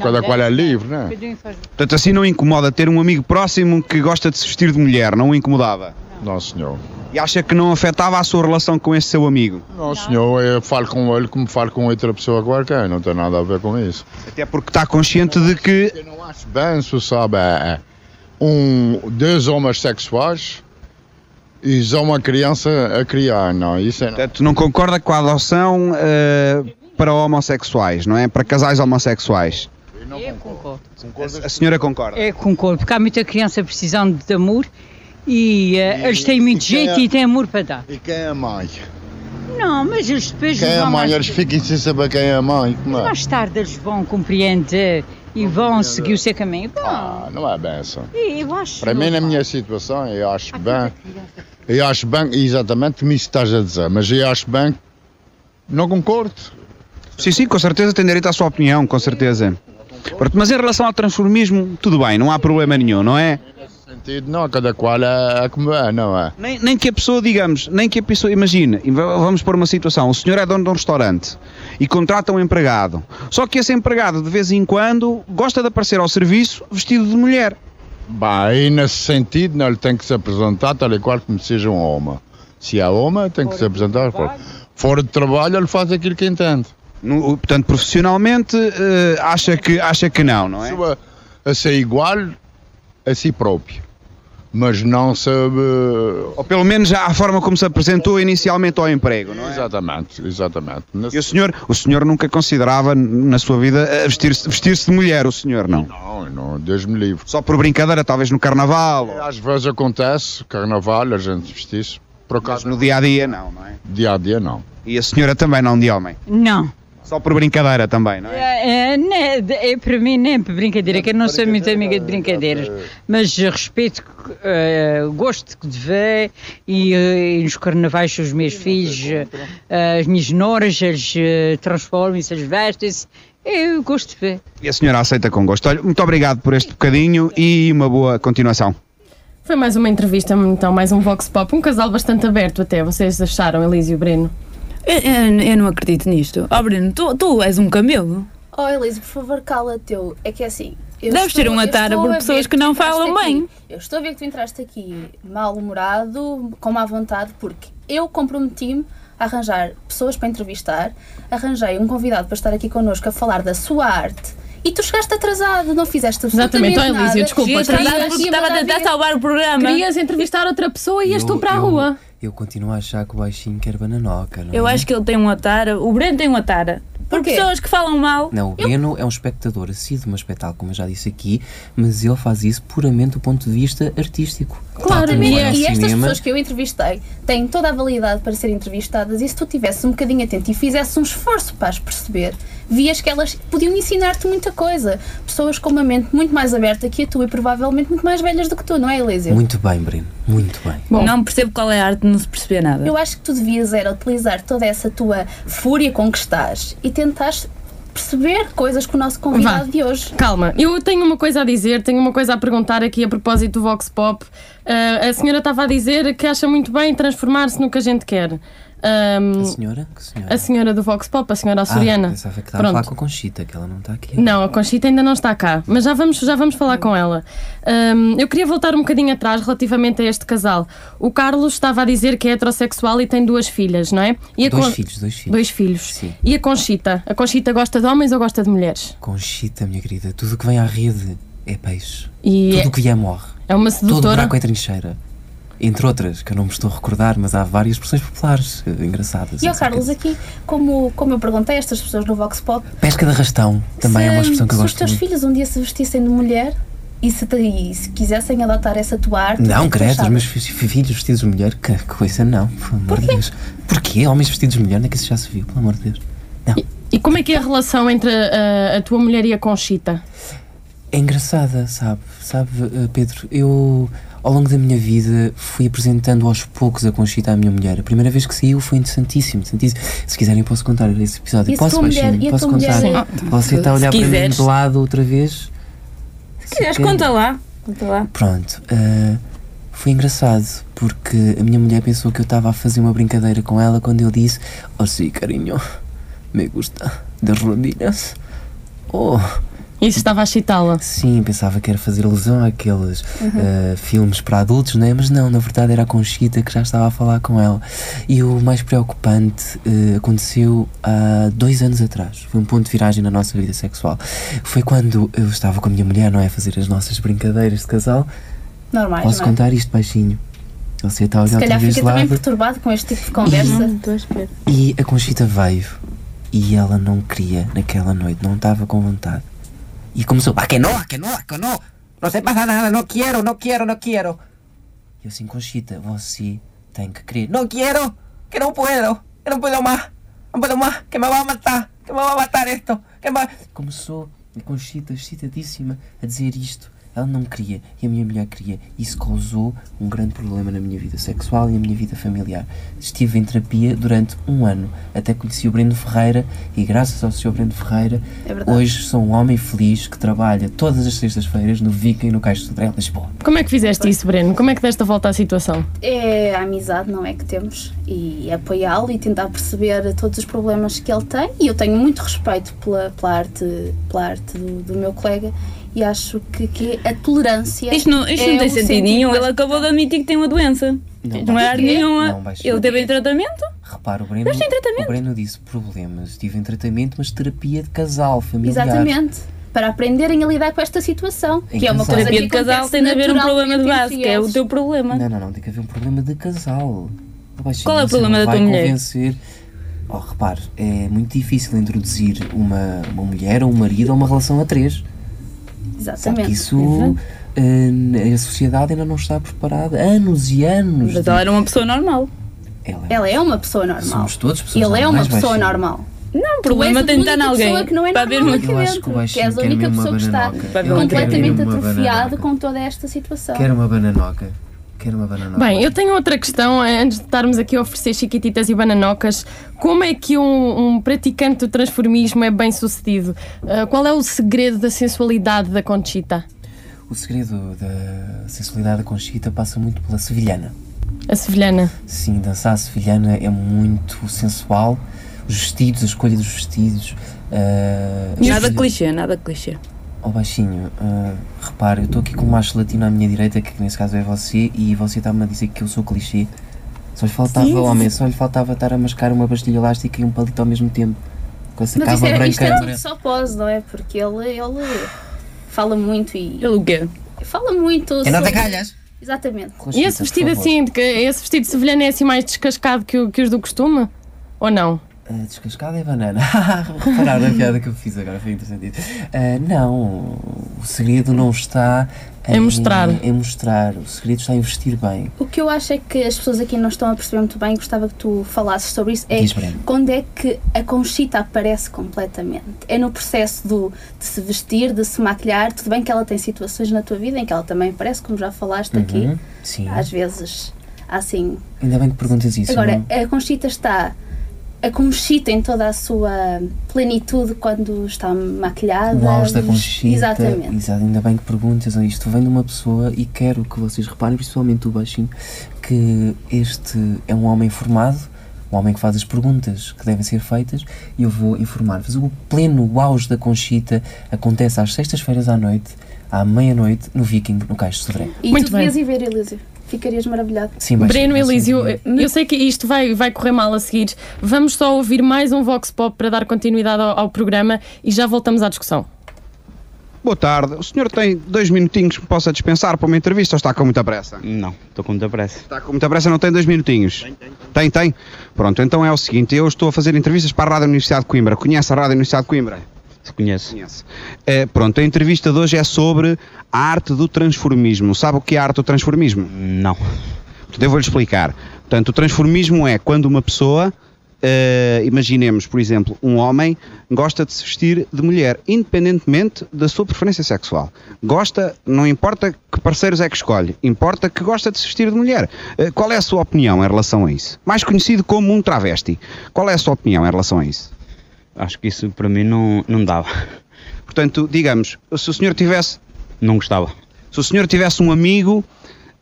S8: cada qual é livre, né?
S5: Portanto, assim não incomoda ter um amigo próximo que gosta de se vestir de mulher, não o incomodava.
S8: Não, senhor.
S5: E acha que não afetava a sua relação com esse seu amigo?
S8: Não, senhor, eu falo com ele como falo com outra pessoa qualquer, não tem nada a ver com isso.
S5: Até porque está consciente de que
S8: Eu não acho bem, se sabe, é, é, um, dois homens sexuais e já uma criança a criar, não, isso é...
S5: Portanto, não concorda com a adoção eh, para homossexuais, não é? Para casais homossexuais.
S7: Eu concordo.
S5: A senhora concorda?
S7: Eu concordo, porque há muita criança precisando de amor e eh, eles têm muito
S8: e
S7: jeito
S8: quem é-
S7: e têm amor para dar.
S8: E quem é a mãe?
S7: Não, mas eles depois
S8: Quem é a
S7: vão
S8: mãe?
S7: mais-
S8: Eles ficam sem saber quem é a mãe, como é?
S7: mais tarde eles vão compreender e vão seguir o seu caminho. Bom,
S8: Ah, não é bem assim.
S7: e eu acho
S8: Para mim, na
S7: normal.
S8: minha situação, eu acho
S7: Há
S8: bem.
S7: cada criança
S8: é Eu acho bem, exatamente como isso estás a dizer, mas eu acho bem. Não concordo.
S5: Sim, sim, com certeza tem direito à sua opinião, com certeza. Portanto, Mas em relação ao transformismo, tudo bem, não há problema nenhum, não é?
S8: Sentido, não, cada qual é, é como é, não é?
S5: Nem, nem que a pessoa, digamos, nem que a pessoa, imagine, e va- vamos pôr uma situação, o senhor é dono de um restaurante e contrata um empregado, só que esse empregado de vez em quando gosta de aparecer ao serviço vestido de mulher.
S8: Bah, aí nesse sentido, não, ele tem que se apresentar tal e qual como seja um homem. Se é homem, tem que se apresentar. Fora, fora de trabalho, ele faz aquilo que entende.
S5: No- portanto, profissionalmente, eh, acha, que, acha que não, não é?
S8: Pessoa A ser igual a si próprio. Mas não sabe.
S5: Ou pelo menos já a forma como se apresentou inicialmente ao emprego, não é?
S8: Exatamente, exatamente. Nesse-
S5: E o senhor, o senhor nunca considerava n- na sua vida eh, vestir-se vestir de mulher, o senhor não?
S8: Não, não, Deus me livre.
S5: Só por brincadeira, talvez no carnaval, ou
S8: É, Às vezes acontece, carnaval, a gente vestir-se. Por acaso,
S5: no dia a dia, não, não é?
S8: dia a dia, não.
S5: E a senhora também não de homem.
S7: Não.
S5: Só por brincadeira também, não é?
S7: É, é, né, de- é para mim nem para brincadeira, que eu não sou muito amiga de brincadeiras, mas respeito, eh, gosto de ver e, eh, e nos carnavais os meus filhos, eh, as minhas noras, eles eh, transformam-se, eles vestem-se, eu gosto de ver.
S5: E a senhora aceita com gosto. Olha, muito obrigado por este bocadinho e uma boa continuação.
S9: Foi mais uma entrevista, então, mais um Vox Pop. Um casal bastante aberto até. Vocês acharam, Elise e o Breno?
S10: Eu, eu- eu não acredito nisto. Oh, Bruno, tu, tu és um camelo.
S11: Oh, Elise, por favor, cala-te. Eu- É que é assim. eu
S10: Deves ter um
S11: eu
S10: atara
S11: estou
S10: por
S11: a ver
S10: pessoas que
S11: tu
S10: não
S11: entraste
S10: falam
S11: aqui-
S10: bem.
S11: Eu estou a ver que tu entraste aqui mal-humorado, com má vontade, porque eu comprometi-me a arranjar pessoas para entrevistar, arranjei um convidado para estar aqui connosco a falar da sua arte. E tu chegaste atrasado, não fizeste absolutamente
S9: Exatamente. Oh, Elise,
S11: nada.
S9: eu desculpa,
S10: E
S9: Pois,
S10: atrasado
S9: querias-
S10: porque estava a tentar salvar o programa.
S9: Querias entrevistar outra pessoa e ias tu
S4: Eu-
S9: para a
S4: eu-
S9: rua.
S4: Eu continuo a achar que o baixinho quer bananoca, não
S10: Eu
S4: é?
S10: acho que ele tem um atara. O Breno tem um atara. Por pessoas que falam mal.
S4: Não, o Beno é um espectador assíduo, um espetáculo, como eu já disse aqui, mas ele faz isso puramente do ponto de vista artístico. Tá Tal como
S11: E, é-
S4: vai ao
S11: e estas
S4: cinema,
S11: pessoas que eu entrevistei têm toda a validade para serem entrevistadas e se tu tivesses um bocadinho atento e fizesse um esforço para as perceber, vias que elas podiam ensinar-te muita coisa. Pessoas com uma mente muito mais aberta que a tua e provavelmente muito mais velhas do que tu, não é, Elísio?
S4: Muito bem, Breno, muito bem.
S10: não percebo qual é a arte de não se perceber nada.
S11: Eu acho que tu devias era utilizar toda essa tua fúria com que estás e tentar perceber coisas com o nosso convidado
S9: Vá.
S11: de hoje.
S9: Calma, eu tenho uma coisa a dizer, tenho uma coisa a perguntar aqui a propósito do Vox Pop. Ah, a senhora estava a dizer que acha muito bem transformar-se no que a gente quer. Ahm,
S4: A senhora? Que senhora?
S9: a senhora do Vox Pop, a senhora açoriana.
S4: Ah, pensava que estava a
S9: Pronto.
S4: falar com a Conchita, que ela não está aqui.
S9: Não, a Conchita ainda não está cá, mas já vamos, já vamos falar com ela. Ahm, eu queria voltar um bocadinho atrás relativamente a este casal. O Carlos estava a dizer que é heterossexual e tem duas filhas, não é? E a
S4: Dois
S9: Con-
S4: filhos, dois filhos.
S9: Dois filhos.
S4: Sim.
S9: E a Conchita? A Conchita gosta de homens ou gosta de mulheres?
S4: Conchita, minha querida, tudo o que vem à rede é peixe.
S9: E
S4: tudo
S9: é-
S4: o que vier morre.
S9: É uma
S4: Todo
S9: sedutora.
S4: buraco é trincheira. Entre outras, que eu não me estou a recordar, mas há várias expressões populares eh, engraçadas.
S11: E ao Carlos, aqui, como, como eu perguntei a estas pessoas no Vox Pop,
S4: Pesca de arrastão também é uma expressão que eu
S11: se os
S4: gosto
S11: teus
S4: muito.
S11: filhos um dia se vestissem de mulher e se, te- e se quisessem adotar essa tua arte.
S4: Não,
S11: o que é que tu
S4: credo, os
S11: achavas?
S4: meus fi- fi- filhos vestidos de mulher, que que coisa não, pelo amor de Deus. Porquê? Homens vestidos de mulher, onde é que isso já se viu, pelo amor de Deus.
S9: E como é que é a relação entre ah, a tua mulher e a Conchita?
S4: É engraçada, sabe? Sabe, eh, Pedro, eu ao longo da minha vida fui apresentando aos poucos a Conchita à minha mulher. A primeira vez que saiu foi interessantíssimo, interessantíssimo. Se quiserem eu posso contar esse episódio.
S11: E a
S4: posso,
S11: tua mulher? E
S4: baixinho?
S11: a
S4: Posso
S11: tua mulher?
S4: contar?
S11: Sim. Ah,
S4: Você está a
S10: se
S4: olhar para mim
S10: quiseres.
S4: de lado outra vez?
S10: Se quiseres,
S4: quer-
S10: conta lá. Conta lá.
S4: Pronto, ah, foi engraçado porque a minha mulher pensou que eu estava a fazer uma brincadeira com ela quando eu disse: Oh, sim, carinho, me gusta das rondinhas. Oh,
S9: Isso estava a excitá-la. Uhum.
S4: Sim, pensava que era fazer alusão àqueles ah, filmes para adultos, né? mas não, na verdade era a Conchita que já estava a falar com ela. E o mais preocupante ah, aconteceu há dois anos atrás. Foi um ponto de viragem na nossa vida sexual. Foi quando eu estava com a minha mulher, não é? A fazer as nossas brincadeiras de casal.
S11: Normais,
S4: Posso
S11: não é?
S4: contar isto baixinho? Você está a
S11: Se
S4: olhar outra
S11: calhar
S4: vez de
S11: fica também
S4: lado
S11: perturbado com este tipo de conversa.
S10: Uhum,
S4: e a Conchita veio e ela não queria naquela noite, não estava com vontade. E começou, ah, que não, ah, que não, ah, que não, não se passa nada, não quero, não quero, não quero. E eu assim, Conchita, você tem que querer. Não quero, que não puedo, que não puedo mais, não puedo mais, um que me vai matar, que me vai matar isto, que me vai... Começou a Conchita, excitadíssima, a dizer isto. Ela não queria e a minha mulher queria. Isso causou um grande problema na minha vida sexual e na minha vida familiar. Estive em terapia durante um ano, até conheci o Breno Ferreira e graças ao Sr. Breno Ferreira,
S11: É verdade.
S4: hoje sou um homem feliz que trabalha todas as sextas-feiras no Vica e no Caixo de Sodré, em Lisboa.
S9: Como é que fizeste isso, Breno? Como é que deste a volta à situação?
S11: É a amizade, não é? Que temos e apoiá-lo e tentar perceber todos os problemas que ele tem. E eu tenho muito respeito pela, pela arte, pela arte do, do meu colega e acho que, que a tolerância.
S10: Isto não, isto não
S11: é
S10: tem
S11: o
S10: sentido
S11: sentido
S10: nenhum.
S11: da-
S10: Ele acabou de admitir que tem uma doença. Não, é
S4: vai
S10: arte
S4: ser.
S10: nenhuma.
S4: Não vai ser.
S10: Ele teve em tratamento?
S4: Repara, o Breno,
S10: Mas tem tratamento.
S4: o Breno disse problemas. Estive em tratamento, mas terapia de casal, familiar.
S11: Exatamente. Para aprenderem a lidar com esta situação,
S4: Em
S11: que é uma
S4: casal.
S11: coisa
S10: Terapia
S11: que
S10: de casal
S11: acontece
S10: tem de haver um problema de
S11: naturalmente
S10: base,
S11: entre
S10: que é o
S11: eles.
S10: teu problema.
S4: Não, não, não, tem que haver um problema de casal. Oh, baixinho,
S10: Qual é o
S4: você
S10: problema
S4: não
S10: da tua
S4: vai
S10: mulher?
S4: Convencer... Oh, repare, é muito difícil introduzir uma, uma mulher ou um marido a uma relação a três. Sabe
S11: Exatamente.
S4: que isso
S10: é.
S4: eh, a sociedade ainda não está preparada. Anos e anos.
S10: Mas
S4: de-
S10: ela era uma pessoa normal.
S4: Ela-
S11: Ela é uma pessoa normal.
S4: Somos todos pessoas
S11: Ele é uma
S4: normais,
S11: pessoa
S4: baixinho.
S11: normal.
S10: Não, o problema tem de estar em alguém.
S11: pessoa que não é
S10: para haver
S11: normal
S10: uma-
S11: aqui
S4: Eu acho que o
S11: dentro,
S4: baixinho
S11: és a
S4: quer
S11: única
S4: mesmo uma
S11: pessoa que está
S4: bananoca.
S10: Ele quer
S11: completamente
S4: mesmo uma
S11: atrofiado
S4: bananoca.
S11: com toda esta situação.
S4: Quer uma bananoca. Quer uma bananoca.
S9: Bem, eu tenho outra questão, eh, antes de estarmos aqui a oferecer chiquititas e bananocas. Como é que um, um praticante do transformismo é bem sucedido? Ah, qual é o segredo da sensualidade da Conchita?
S4: O segredo da sensualidade da Conchita passa muito pela sevilhana.
S9: A sevilhana.
S4: Sim, dançar sevilhana é muito sensual. Os vestidos, a escolha dos vestidos. ah,
S10: Nada
S4: escolha-
S10: clichê, nada clichê.
S4: Oh baixinho, ah, repare, eu estou aqui com um macho latino à minha direita, que nesse caso é você, e você está-me a dizer que eu sou clichê. Só lhe faltava,
S10: Sim.
S4: homem, só lhe faltava estar a mascar uma pastilha elástica e um palito ao mesmo tempo. Com essa
S11: Mas
S4: cava
S11: isto é,
S4: branca.
S11: isto é tudo só pose, não é? Porque ele, ele fala muito e.
S10: Ele o quê?
S11: Fala muito.
S4: É nada
S11: sobre-
S4: calhas.
S11: Exatamente.
S4: Conchita,
S9: E esse
S4: por
S9: vestido
S4: favor.
S9: assim, de que- esse vestido sevilhano é assim mais descascado que, o- que os do costume? Ou não?
S4: Ah, descascada é banana. Repararam a piada que eu fiz agora, foi interessante. Ah, não, o segredo não está
S9: Em mostrar.
S4: em mostrar. O segredo está em investir bem.
S11: O que eu acho é que as pessoas aqui não estão a perceber muito bem, gostava que tu falasses sobre isso, é
S4: Diz, Breno.
S11: quando é que a Conchita aparece completamente? É no processo do, de se vestir, de se maquilhar, tudo bem que ela tem situações na tua vida em que ela também aparece, como já falaste aqui,
S4: Uhum, Sim.
S11: às vezes, assim.
S4: Ainda bem que perguntas isso.
S11: Agora,
S4: não?
S11: a Conchita está... A Conchita em toda a sua plenitude quando está maquilhada.
S4: O auge da Conchita.
S11: Exatamente.
S4: Exato, ainda bem que perguntas. Isto vem de uma pessoa e quero que vocês reparem, principalmente o baixinho, que este é um homem formado, um homem que faz as perguntas que devem ser feitas e eu vou informar-vos. O pleno auge da Conchita acontece às sextas-feiras à noite, à meia-noite, no Viking, no Caixo de Sodré.
S11: E
S9: Muito
S11: tu
S9: bem.
S11: devias ir ver, Elísio. Ficarias maravilhado. Hum.
S4: Sim, baixinho,
S9: Breno
S4: baixinho.
S9: Elísio, eu- eu sei que isto vai, vai correr mal a seguir. Vamos só ouvir mais um Vox Pop para dar continuidade ao, ao programa e já voltamos à discussão.
S5: Boa tarde. O senhor tem dois minutinhos que me possa dispensar para uma entrevista ou está com muita pressa?
S12: Não, estou com muita pressa.
S5: Está com muita pressa, não tem dois minutinhos? Tem, tem. Tem, Pronto, então é o seguinte, eu estou a fazer entrevistas para a Rádio Universidade de Coimbra. Conhece a Rádio Universidade de Coimbra?
S12: Se conhece.
S5: Conhece. Eh, pronto, a entrevista de hoje é sobre a arte do transformismo. Sabe o que é a arte do transformismo?
S12: Não.
S5: Portanto, eu vou-lhe explicar. Portanto, o transformismo é quando uma pessoa, eh, imaginemos, por exemplo, um homem gosta de se vestir de mulher, independentemente da sua preferência sexual. Gosta, não importa que parceiros é que escolhe, importa que gosta de se vestir de mulher. Eh, qual é a sua opinião em relação a isso? Mais conhecido como um travesti. Qual é a sua opinião em relação a isso?
S12: Acho que isso para mim não, não dava.
S5: Portanto, digamos, se o senhor tivesse
S12: Não gostava.
S5: Se o senhor tivesse um amigo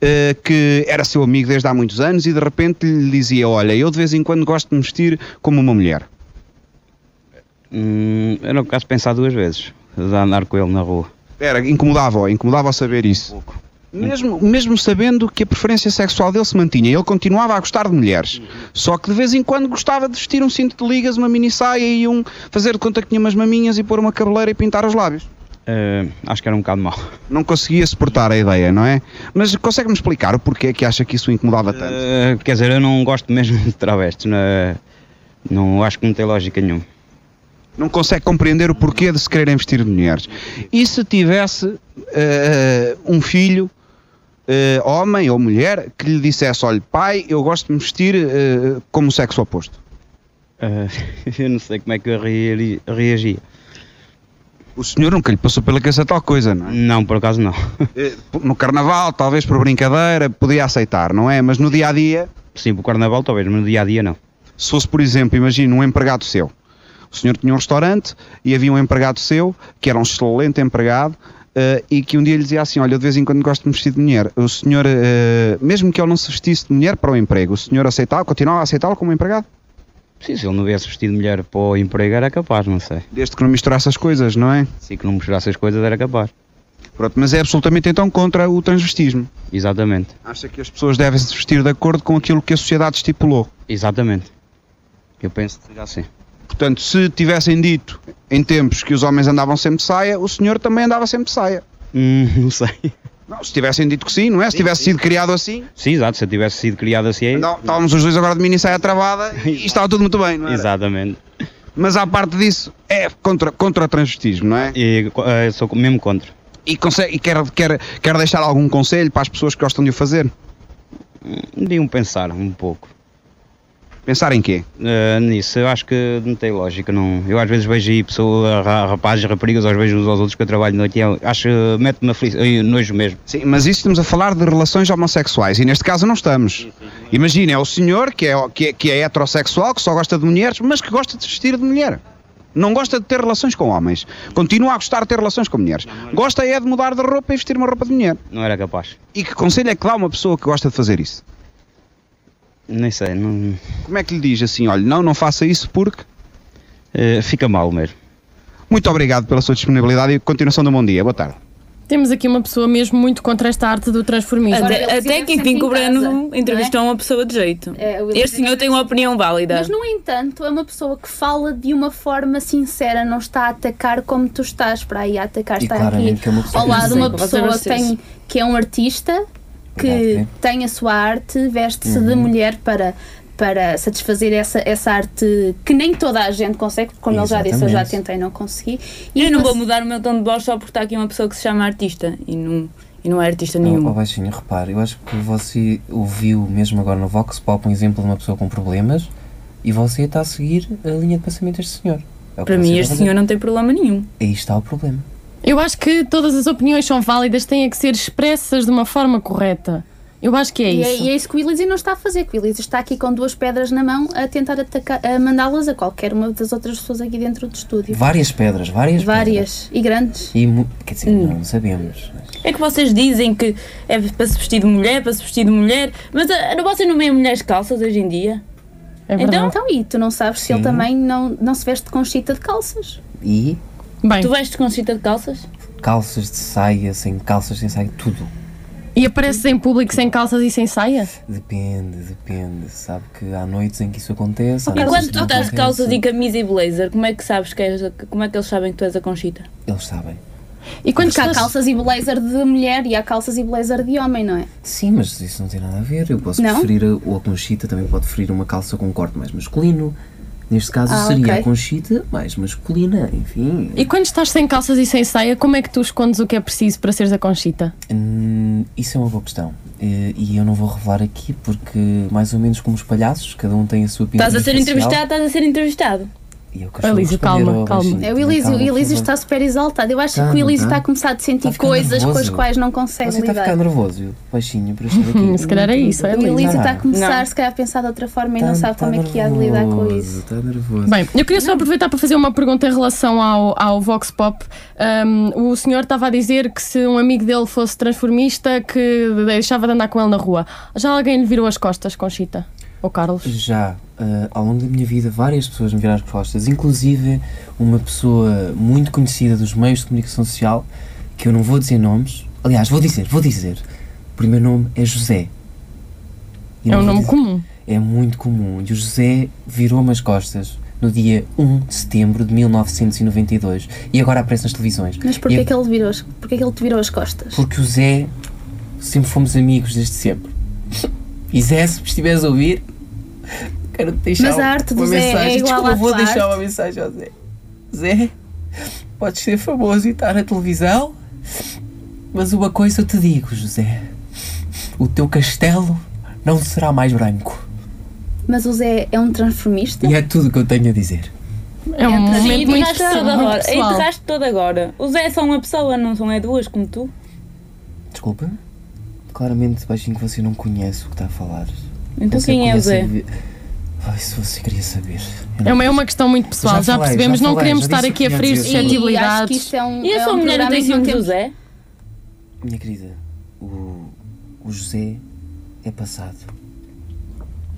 S5: eh, que era seu amigo desde há muitos anos e de repente lhe dizia: Olha, eu de vez em quando gosto de me vestir como uma mulher.
S12: Hum, era o caso de pensar duas vezes. De andar com ele na rua.
S5: Era, incomodava-o, incomodava-o saber isso. Mesmo, mesmo sabendo que a preferência sexual dele se mantinha, ele continuava a gostar de mulheres.
S12: Uhum.
S5: Só que de vez em quando gostava de vestir um cinto de ligas, uma mini saia e um. fazer de conta que tinha umas maminhas e pôr uma cabeleira e pintar os lábios.
S12: Eh, acho que era um bocado mau.
S5: Não conseguia suportar a ideia, não é? Mas consegue-me explicar o porquê é que acha que isso o incomodava tanto?
S12: Eh, quer dizer, eu não gosto mesmo de travestis. Não, é? não acho que não tem lógica nenhuma.
S5: Não consegue compreender o porquê de se quererem vestir de mulheres. E se tivesse eh, um filho, eh, homem ou mulher, que lhe dissesse: Olha, pai, eu gosto de me vestir eh, como sexo oposto.
S12: Eh, eu não sei como é que eu reali- reagia.
S5: O senhor nunca lhe passou pela cabeça tal coisa, não é?
S12: Não, por acaso não.
S5: Eh, No carnaval, talvez por brincadeira, podia aceitar, não é? Mas no dia a dia,
S12: Sim, para o carnaval talvez, mas no dia a dia não.
S5: se fosse, por exemplo, imagina um empregado seu. O senhor tinha um restaurante e havia um empregado seu, que era um excelente empregado, eh, e que um dia lhe dizia assim: Olha, eu de vez em quando gosto de me vestir de mulher. O senhor, eh, mesmo que ele não se vestisse de mulher para o emprego, o senhor aceitava, continuava a aceitá-lo como empregado?
S12: Sim, se ele não viesse vestido de mulher para o emprego era capaz, não sei.
S5: Desde que não misturasse as coisas, não é?
S12: Se que não mostrasse as coisas era capaz.
S5: Pronto, mas é absolutamente então contra o transvestismo.
S12: Exatamente.
S5: Acha que as pessoas devem se vestir de acordo com aquilo que a sociedade estipulou.
S12: Exatamente. Eu penso que seja assim.
S5: Portanto, se tivessem dito em tempos que os homens andavam sempre de saia, o senhor também andava sempre de saia.
S12: Hum, não sei.
S5: Não, se tivessem dito que sim, não é? Se tivesse sido criado assim,
S12: Sim, exato. Se eu tivesse sido criado assim aí.
S5: não, estávamos os dois agora de mini saia travada e estava tudo muito bem, não é?
S12: Exatamente.
S5: Mas à parte disso, é contra, contra o transvestismo, não é?
S12: E co- eh, sou co- mesmo contra.
S5: E, consegue, e quer, quer, quer deixar algum conselho para as pessoas que gostam de o fazer?
S12: De um pensar um pouco.
S5: Pensar em quê?
S12: Eh, nisso, eu acho que não tem lógica. Não. Eu às vezes vejo aí pessoas, ra- rapazes, raparigas, ou às vezes uns aos outros que eu trabalho de noite e eu acho eh, mete-me afli- eh, nojo mesmo.
S5: Sim, mas isso estamos a falar de relações homossexuais e neste caso não estamos. Imagina, é o senhor que é, que, é, que é heterossexual, que só gosta de mulheres, mas que gosta de se vestir de mulher. Não gosta de ter relações com homens. Continua a gostar de ter relações com mulheres. Gosta é de mudar de roupa e vestir uma roupa de mulher.
S12: Não era capaz.
S5: E que conselho é que dá uma pessoa que gosta de fazer isso?
S12: Nem sei. Não,
S5: Como é que lhe diz assim, olha, não, não faça isso porque...
S12: eh, fica mal mesmo.
S5: Muito obrigado pela sua disponibilidade e continuação de um bom dia. Boa tarde.
S9: Temos aqui uma pessoa mesmo muito contra esta arte do transformismo.
S11: Agora, eles
S10: Até, até
S11: vivem
S10: que enfim
S11: sempre
S10: que o
S11: em casa,
S10: Breno
S11: não é?
S10: entrevistou uma pessoa de jeito.
S11: É, o Elísio
S10: Este senhor tem uma opinião válida.
S11: Mas, no entanto, é uma pessoa que fala de uma forma sincera, não está a atacar como tu estás para aí a atacar.
S4: E
S11: Está aqui
S4: claramente que é uma pessoa
S11: ao lado de uma
S10: Sim, vocês
S11: pessoa que,
S10: vocês.
S11: tem, que é um artista, que
S4: Verdade, né? Uhum.
S11: tem a sua arte, veste-se de mulher para para satisfazer essa, essa arte que nem toda a gente consegue, porque como ele já disse, eu já
S10: Exatamente.
S11: tentei, não consegui.
S10: E eu não vou
S11: mas-
S10: mudar o meu tom de voz só porque está aqui uma pessoa que se chama artista e não, e não é artista nenhum.
S4: Ó ó, baixinho, Oh, repare, eu acho que você ouviu mesmo agora no Vox Pop um exemplo de uma pessoa com problemas e você está a seguir a linha de pensamento deste senhor. É o que
S10: Para
S4: você
S10: mim,
S4: vai
S10: este
S4: fazer.
S10: senhor não tem problema nenhum.
S4: Aí está o problema.
S9: Eu acho que todas as opiniões são válidas, têm a que ser expressas de uma forma correta. Eu acho que é
S11: e, é,
S9: isso.
S11: e é isso que o Elise não está a fazer, que o Elise está aqui com duas pedras na mão a tentar atacar, a mandá-las a qualquer uma das outras pessoas aqui dentro do estúdio.
S4: Várias pedras, várias,
S11: Várias e grandes.
S4: pedras. E mu- quer dizer, não sabemos.
S10: É que vocês dizem que é para se vestir de mulher, para se vestir de mulher, mas ah, vocês não veem mulheres calças hoje em dia?
S11: então,
S9: É
S10: então,
S11: então, e tu não sabes se ele
S10: Sim.
S11: também não, não se veste com chita de calças?
S4: E
S10: tu vestes com chita de calças?
S4: calças de saia, sem calças, sem saia, tudo.
S9: E apareces em público sem calças e sem saia?
S4: Depende, depende. Sabe que há noites em que isso acontece. há
S10: E
S4: noites em
S10: quando
S4: que
S10: tu
S4: não
S10: estás de
S4: acontece.
S10: calças e camisa e blazer, como é que sabes que és, a- como é que eles sabem que tu és a Conchita?
S4: Eles sabem.
S9: E
S11: quando há
S4: estás-
S11: calças e blazer de mulher e há calças e blazer de homem, não é?
S4: Sim, mas isso não tem nada a ver. Eu posso
S11: Não?
S4: preferir a, ou a conchita, também pode preferir uma calça com corte mais masculino. Neste caso
S9: Ah,
S4: seria
S9: ok.
S4: a conchita mais masculina, enfim.
S9: E quando estás sem calças e sem saia, como é que tu escondes o que é preciso para seres a Conchita?
S4: Hum, isso é uma boa questão. Eh, E eu não vou revelar aqui porque, mais ou menos como os palhaços, cada um tem a sua opinião.
S10: Estás a ser entrevistado, estás a ser entrevistado.
S4: E eu
S10: Oh,
S4: costumo
S10: Elísio,
S4: responder
S10: calma,
S4: ao
S10: calma.
S4: baixinho.
S11: É o Elísio,
S4: Calma,
S11: o
S4: por
S11: Elísio
S4: favor.
S11: está super exaltado. Eu acho
S4: Tá,
S11: que o
S4: não
S11: Elísio
S4: tá?
S11: está a começar a sentir
S4: ficar
S11: coisas com as
S4: nervoso.
S11: quais não consegue
S4: Você está a
S11: lidar.
S4: ficar nervoso, baixinho, para estar aqui.
S9: se calhar é isso, é
S11: o
S9: Elísio.
S11: Elísio está a
S4: Não.
S11: começar, se calhar, a pensar de outra forma e não sabe como é que há de lidar com isso.
S4: Tá, Nervoso, Está nervoso.
S9: Bem, eu queria só aproveitar para fazer uma pergunta em relação ao, ao Vox Pop. Um, o senhor estava a dizer que se um amigo dele fosse transformista, que deixava de andar com ele na rua. Já alguém lhe virou as costas, Conchita? Ou Carlos?
S4: Já, ah, ao longo da minha vida, várias pessoas me viraram as costas, inclusive uma pessoa muito conhecida dos meios de comunicação social, que eu não vou dizer nomes, aliás, vou dizer, vou dizer. O primeiro nome é José. E
S9: É um
S4: não vou
S9: nome
S4: dizer-
S9: comum.
S4: É muito comum. E o José virou-me as costas no dia 1 de setembro de 1992 e agora aparece nas televisões.
S11: Mas
S4: E
S11: porquê,
S4: é-
S11: que ele virou, as- porquê que ele te virou as costas?
S4: Porque o Zé, sempre fomos amigos desde sempre. E Zé, se me estiveres a ouvir, quero te deixar
S11: Mas a arte do
S4: uma
S11: Zé é
S4: mensagem.
S11: igual
S4: Desculpa,
S11: à
S4: vou
S11: tua
S4: deixar
S11: arte?
S4: uma mensagem ao Zé. Zé, podes ser famoso e estar na televisão, mas uma coisa eu te digo, José: o teu castelo não será mais branco.
S11: Mas o Zé é um transformista?
S4: E é tudo o que eu tenho a dizer.
S9: É um
S11: momento
S10: Sim,
S11: muito
S10: enterraste
S11: pessoal,
S10: todo
S11: muito
S10: agora.
S11: pessoal.
S10: Enterraste todo agora. O Zé é só uma pessoa, não são é duas como tu.
S4: Desculpa. Claramente, baixinho que você não conhece o que está a falar.
S10: Então
S4: Você
S10: quem é o
S4: conhece a
S10: Zé?
S4: vi- Ai, se você queria saber. Eu
S9: É uma, é uma questão muito pessoal, já,
S4: Já falei,
S9: percebemos,
S4: já
S9: não
S4: falei,
S9: queremos
S4: já
S9: estar
S4: disse o
S9: aqui a
S4: que
S9: ferir
S4: tinha a dizer.
S11: E acho que
S9: suscetibilidades.
S11: isto é um.
S10: E a
S11: é
S10: sua
S11: um
S10: mulher não
S11: programa
S10: tem
S11: em que
S10: ciúmes do
S11: temos-
S10: Zé?
S4: Minha querida, o, o José é passado.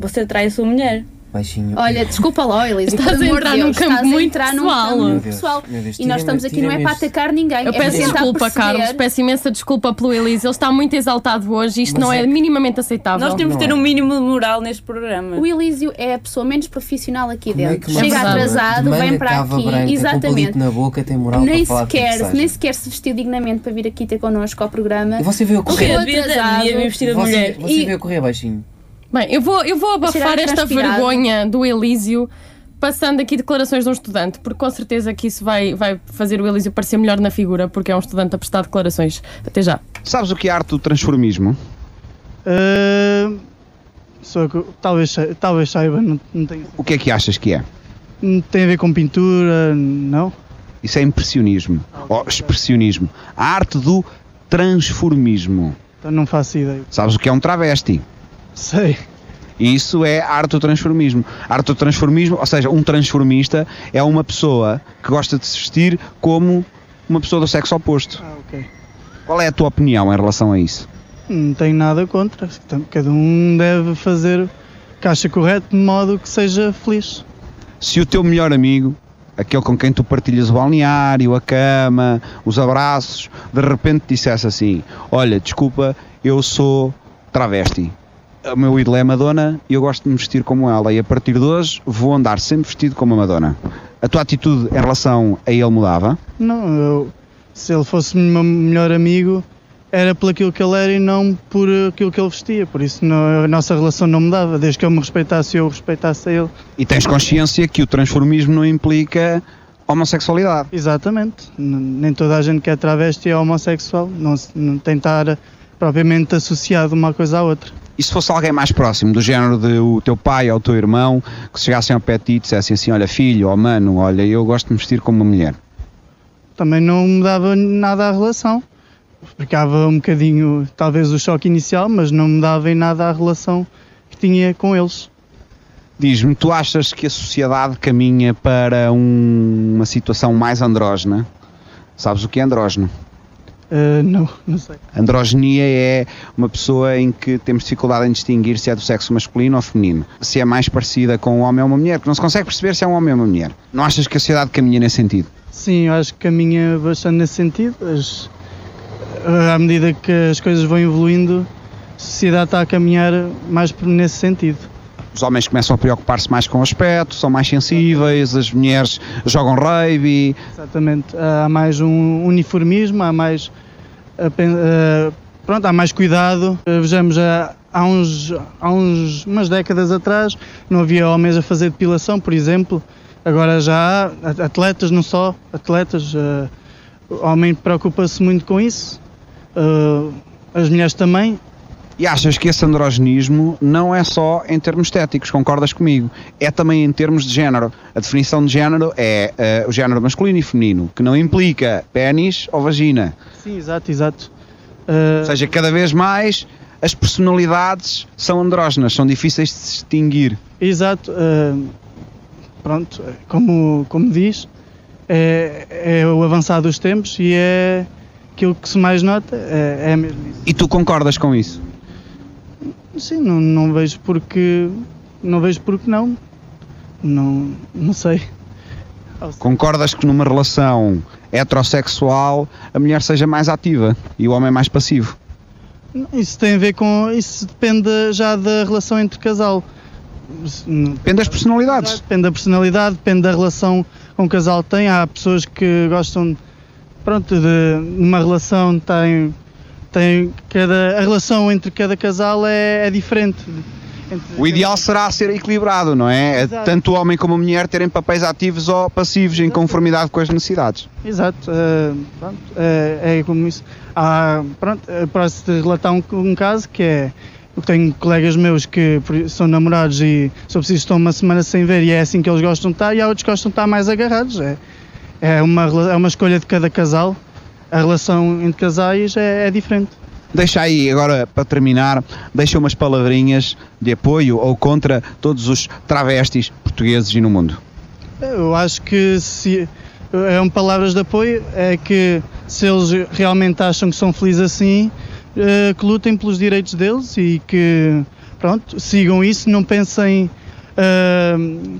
S10: Você trai a sua mulher.
S4: Baixinho.
S11: Olha, desculpa lá, Elise.
S10: Estás a entrar num campo muito pessoal.
S4: Meu Deus,
S11: pessoal.
S4: meu Deus,
S11: e nós estamos aqui, não é
S4: tira-me
S11: para
S4: isto.
S11: atacar ninguém.
S9: Eu
S11: é
S9: peço
S11: tentar
S9: desculpa,
S11: perceber-
S9: Carlos, peço imensa desculpa pelo Elise. Ele está muito exaltado hoje, isto
S11: Mas
S9: não é,
S11: é-
S9: minimamente aceitável.
S10: Nós temos de ter
S4: é.
S10: um mínimo de moral neste programa.
S11: O Elísio é a pessoa menos profissional aqui
S4: Como é
S11: dentro.
S4: que uma
S11: Chega
S4: pessoa de
S11: atrasado,
S4: manga
S11: vem para
S4: cava branca,
S11: aqui.
S4: Com um palito
S11: exatamente.
S4: na boca, tem moral
S11: nem
S4: para falar com quem
S11: sequer,
S4: seja.
S11: nem sequer se vestiu dignamente para vir aqui ter connosco ao programa. é?
S4: E você veio a
S11: Chegou
S4: correr.
S11: atrasado.
S4: Você- Você
S11: E-
S4: veio a correr baixinho.
S9: Bem, eu vou, eu vou abafar
S11: Cheirar
S9: esta
S11: transpirado.
S9: vergonha do Elísio passando aqui declarações de um estudante, porque com certeza que isso vai, vai fazer o Elísio parecer melhor na figura, porque é um estudante a prestar declarações. Até já.
S5: Sabes o que é a arte do transformismo?
S13: Ah, só que talvez, sa- talvez saiba, não, não tem,
S5: O que é que achas que é?
S13: não tem a ver com pintura, não?
S5: Isso é impressionismo ou expressionismo. A arte do transformismo.
S13: Então não faço ideia.
S5: Sabes o que é um travesti?
S13: Sei.
S5: Isso é arte do transformismo. Arte do transformismo, ou seja, um transformista é uma pessoa que gosta de se vestir como uma pessoa do sexo oposto.
S13: Ah, ok.
S5: Qual é a tua opinião em relação a isso?
S13: Não tenho nada contra. Então, Cada um deve fazer caixa correta de modo que seja feliz.
S5: Se o teu melhor amigo, aquele com quem tu partilhas o balneário, a cama, os abraços, de repente dissesse assim: Olha, desculpa, eu sou travesti. O meu ídolo é a Madonna e eu gosto de me vestir como ela, e a partir de hoje vou andar sempre vestido como a Madonna. A tua atitude em relação a ele mudava?
S13: Não, eu, se ele fosse o meu melhor amigo, era por aquilo que ele era e não por aquilo que ele vestia. Por isso não- a nossa relação não mudava. Desde que ele me respeitasse e eu o respeitasse a ele.
S5: E tens consciência que o transformismo não implica homossexualidade.
S13: Exatamente. N- Nem toda a gente que é travesti é homossexual. Não, se- não tem de estar propriamente associado uma coisa à outra.
S5: E se fosse alguém mais próximo, do género de o teu pai ou o teu irmão, que chegassem ao pé de ti e dissessem assim: Olha, filho, ou mano, olha, eu gosto de me vestir como uma mulher.
S13: Também não mudava nada a relação. Ficava um bocadinho, talvez, o choque inicial, mas não mudava em nada a relação que tinha com eles.
S5: Diz-me, tu achas que a sociedade caminha para um- uma situação mais andrógena? Sabes o que é andrógeno?
S13: Ah, não, não sei.
S5: Androgenia é uma pessoa em que temos dificuldade em distinguir se é do sexo masculino ou feminino, se é mais parecida com um homem ou uma mulher, que não se consegue perceber se é um homem ou uma mulher. Não achas que a sociedade caminha nesse sentido?
S13: Sim, eu acho que caminha bastante nesse sentido. As- eh, à medida que as coisas vão evoluindo, a sociedade está a caminhar mais por- nesse sentido.
S5: Os homens começam a preocupar-se mais com o aspecto, são mais sensíveis, as mulheres jogam rave.
S13: Exatamente. Há mais um uniformismo, há mais. a pen- eh, Pronto, há mais cuidado. Eh, Vejamos, há, há, uns, há uns, umas décadas atrás não havia homens a fazer depilação, por exemplo. Agora já há a- atletas, não só, atletas. eh, o homem preocupa-se muito com isso. Eh, as mulheres também.
S5: E achas que esse androgenismo não é só em termos estéticos, concordas comigo? É também em termos de género. A definição de género é eh, o género masculino e feminino, que não implica pênis ou vagina. eh,
S13: Sim, exato, exato.
S5: Ou seja, cada vez mais as personalidades são andrógenas, são difíceis de se distinguir.
S13: Exato. eh, pronto, eh, como, como diz, é, é o avançar dos tempos e é aquilo que se mais nota. É, é mesmo isso.
S5: E tu concordas com isso?
S13: Sim, não, não vejo porque. Não vejo porque não. Não, não sei.
S5: Concordas que numa relação heterossexual a mulher seja mais ativa e o homem mais passivo?
S13: Isso tem a ver com. Isso depende já da relação entre casal. Depende
S5: das personalidades.
S13: Depende da personalidade, depende da relação com o casal tem. Há pessoas que gostam, pronto, de numa relação tem, tem cada a relação entre cada casal é, é diferente.
S5: O ideal será ser equilibrado, não é?
S13: Exato.
S5: Tanto o homem como a mulher terem papéis ativos ou passivos em conformidade com as necessidades.
S13: Exato, eh, pronto, eh, é como isso. Há, pronto, eh, posso te relatar um, um caso que é. Eu tenho colegas meus que por- são namorados e só preciso estão uma semana sem ver e é assim que eles gostam de estar, e há outros que gostam de estar mais agarrados. É, é, uma, rela- é uma escolha de cada casal. A relação entre casais é, é diferente.
S5: Deixa aí, agora para terminar, deixa umas palavrinhas de apoio ou contra todos os travestis portugueses e no mundo.
S13: Eu acho que se é um palavras de apoio é que se eles realmente acham que são felizes assim, eh, que lutem pelos direitos deles e que pronto, sigam isso, não pensem eh,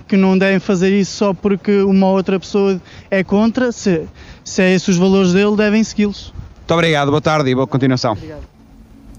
S13: que não devem fazer isso só porque uma outra pessoa é contra, se, se é esses os valores dele, devem segui-los.
S5: Muito obrigado, boa tarde e boa continuação.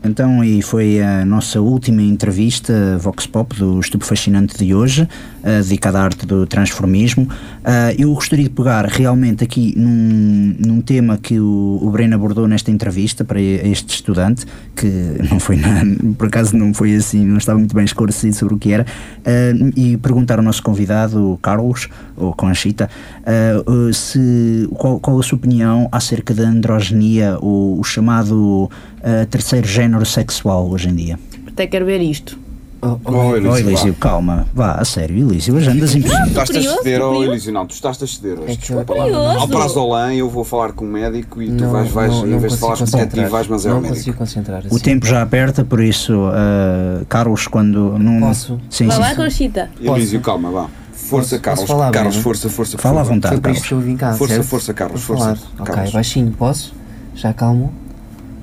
S1: Então, e foi a nossa última entrevista Vox Pop do Estupo Fascinante de hoje, eh, dedicada à arte do transformismo. Ah, eu gostaria de pegar realmente aqui num, num tema que o, o Breno abordou nesta entrevista para este estudante, que não foi nada, por acaso não foi assim, não estava muito bem esclarecido sobre o que era, ah, e perguntar ao nosso convidado, o Carlos, ou Conchita, ah, ah, se, qual, qual a sua opinião acerca da androgenia, ou o chamado ah, terceiro género sexual hoje em dia?
S10: Até quero ver isto.
S1: Oh,
S2: Oh, Elísio, vá.
S1: calma, vá, a sério, Elísio, hoje andas
S2: Tu
S1: impossível.
S2: estás a
S10: curioso,
S2: ceder, oh,
S10: curioso.
S2: Elísio, não, tu estás a ceder
S4: É
S2: hoje. desculpa lá.
S10: curioso.
S2: Ao Prazolan eu vou falar com o médico e tu
S4: Não,
S2: vais, vais,
S4: não-
S2: em
S4: não
S2: vez de falar com
S4: consigo
S2: o detetive,
S4: concentrar.
S2: vais, mas é ao
S4: Não
S2: médico.
S4: consigo concentrar.
S1: O tempo já aperta, por isso, ah, Carlos, quando não. Posso? Sim,
S10: Vá
S1: sim.
S10: lá, Conchita.
S2: Elísio, calma, vá. Força,
S4: Posso
S2: Carlos.
S4: falar,
S2: Carlos,
S4: Breno?
S2: força, força. por
S1: Fala à
S2: favor.
S1: vontade,
S4: Foi para isto que eu vim cá,
S2: Força,
S4: certo?
S2: força, Carlos,
S4: Vou
S2: força.
S4: falar.
S2: Carlos.
S4: Ok, baixinho, posso? Já calmo?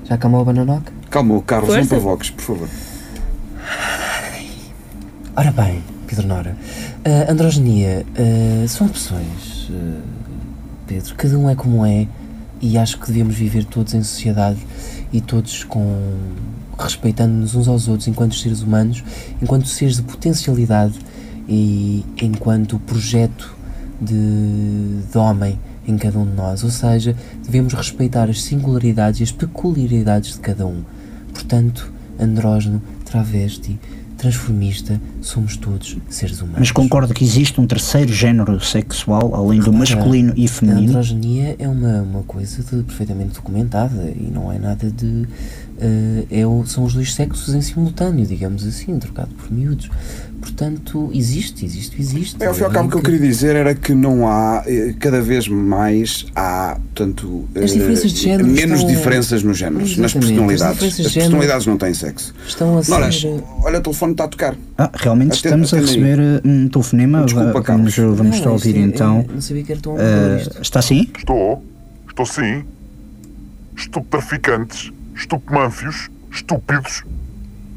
S4: Já calmou a bananoca?
S2: Calma, Carlos, não
S4: Força.
S2: provoques, por favor.
S4: Ora bem, Pedro Nora, a androgenia ah, são opções, ah, Pedro. Cada um é como é e acho que devemos viver todos em sociedade e todos com respeitando-nos uns aos outros enquanto seres humanos, enquanto seres de potencialidade e enquanto projeto de, de homem em cada um de nós, ou seja, devemos respeitar as singularidades e as peculiaridades de cada um. Portanto, andrógeno, travesti, transformista, somos todos seres humanos.
S1: Mas concordo que existe um terceiro género sexual, além do
S2: Tá.
S4: Repara,
S1: masculino e
S4: A
S1: feminino.
S4: androgenia é uma, uma coisa de- perfeitamente documentada e não é nada de. eh, é o- são os dois sexos em simultâneo, digamos assim, trocado por miúdos. Portanto, existe, existe, existe.
S2: Bem, É, ao fim e ao cabo, o que eu queria dizer era que não há, eh, cada vez mais há, portanto,
S4: As
S2: eh,
S4: diferenças de género
S2: menos
S4: estão-
S2: diferenças nos géneros, nas
S4: Exatamente, as
S2: personalidades.
S4: diferenças de
S2: As
S4: género
S2: personalidades não têm sexo.
S4: Estão a
S2: Ora,
S4: ser.
S2: olha, o telefone está a tocar.
S1: Ah, realmente
S2: Atenda-
S1: estamos a
S2: atenda aí.
S1: receber eh, um telefonema.
S2: Desculpa,
S1: Va-
S2: Carlos.
S1: vamos vamos
S2: Não,
S1: só ouvir
S2: isto é-
S1: então.
S4: Não sabia que era tão
S1: Eh, está sim?
S14: Estou, estou sim. Estupefacientes, estupefânfios, estúpidos.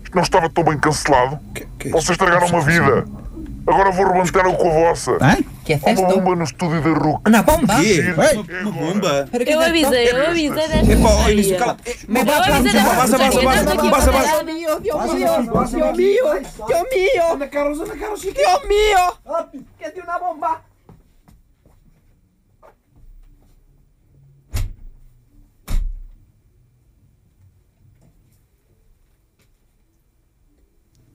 S14: Isto não estava tão bem cancelado.
S2: é
S14: Vocês estragaram uma vida. Agora vou rebentar o com a vossa.
S1: Hã?
S14: Que é festa? Uma bomba no estúdio da RUC. é
S1: Não,
S14: bomba?
S15: Uma bomba?
S10: Eu avisei, eu avisei desta
S15: Epá, olha,
S10: porcaria.
S14: eh,
S15: isso, cala-
S10: Eu avisei desta
S15: Basta, basta,
S10: porcaria,
S15: basta,
S10: estamos aqui a
S15: basta,
S10: falar-
S15: basta.
S16: mío, Dios
S15: Pasa,
S16: mío,
S15: pasa, pasa,
S16: Dios
S15: pasa.
S16: mío, Dios mío. Dios mío. Que de una bomba.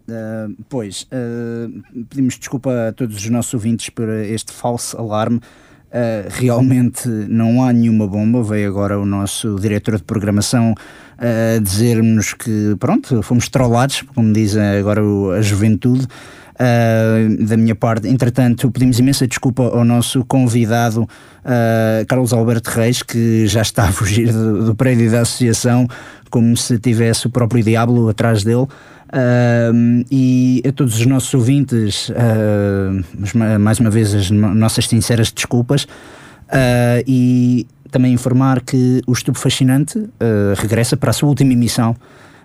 S1: Ah, pois, ah, pedimos desculpa a todos os nossos ouvintes por este falso alarme. Ah, realmente não há nenhuma bomba. Veio agora o nosso diretor de programação ah, dizer-nos que, pronto, fomos trollados, como diz agora o- a juventude. Uh, da minha parte. Entretanto, pedimos imensa desculpa ao nosso convidado uh, Carlos Alberto Reis, que já está a fugir do, do prédio da associação como se tivesse o próprio diabo atrás dele. Uh, e a todos os nossos ouvintes, uh, mas ma- mais uma vez, as no- nossas sinceras desculpas. Uh, e também informar que o Estupo Fascinante uh, regressa para a sua última emissão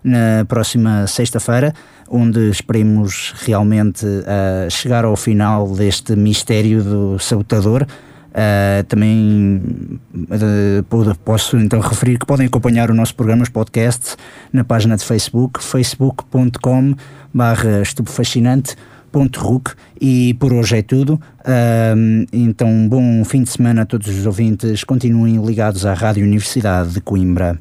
S1: na próxima sexta-feira, onde esperemos realmente uh, chegar ao final deste mistério do sabotador. Uh, também uh, pod- posso então referir que podem acompanhar o nosso programa, os podcasts, na página de Facebook, facebook.com barra estupefascinante.ruc e por hoje é tudo. Um, então, um bom fim de semana a todos os ouvintes. Continuem ligados à Rádio Universidade de Coimbra.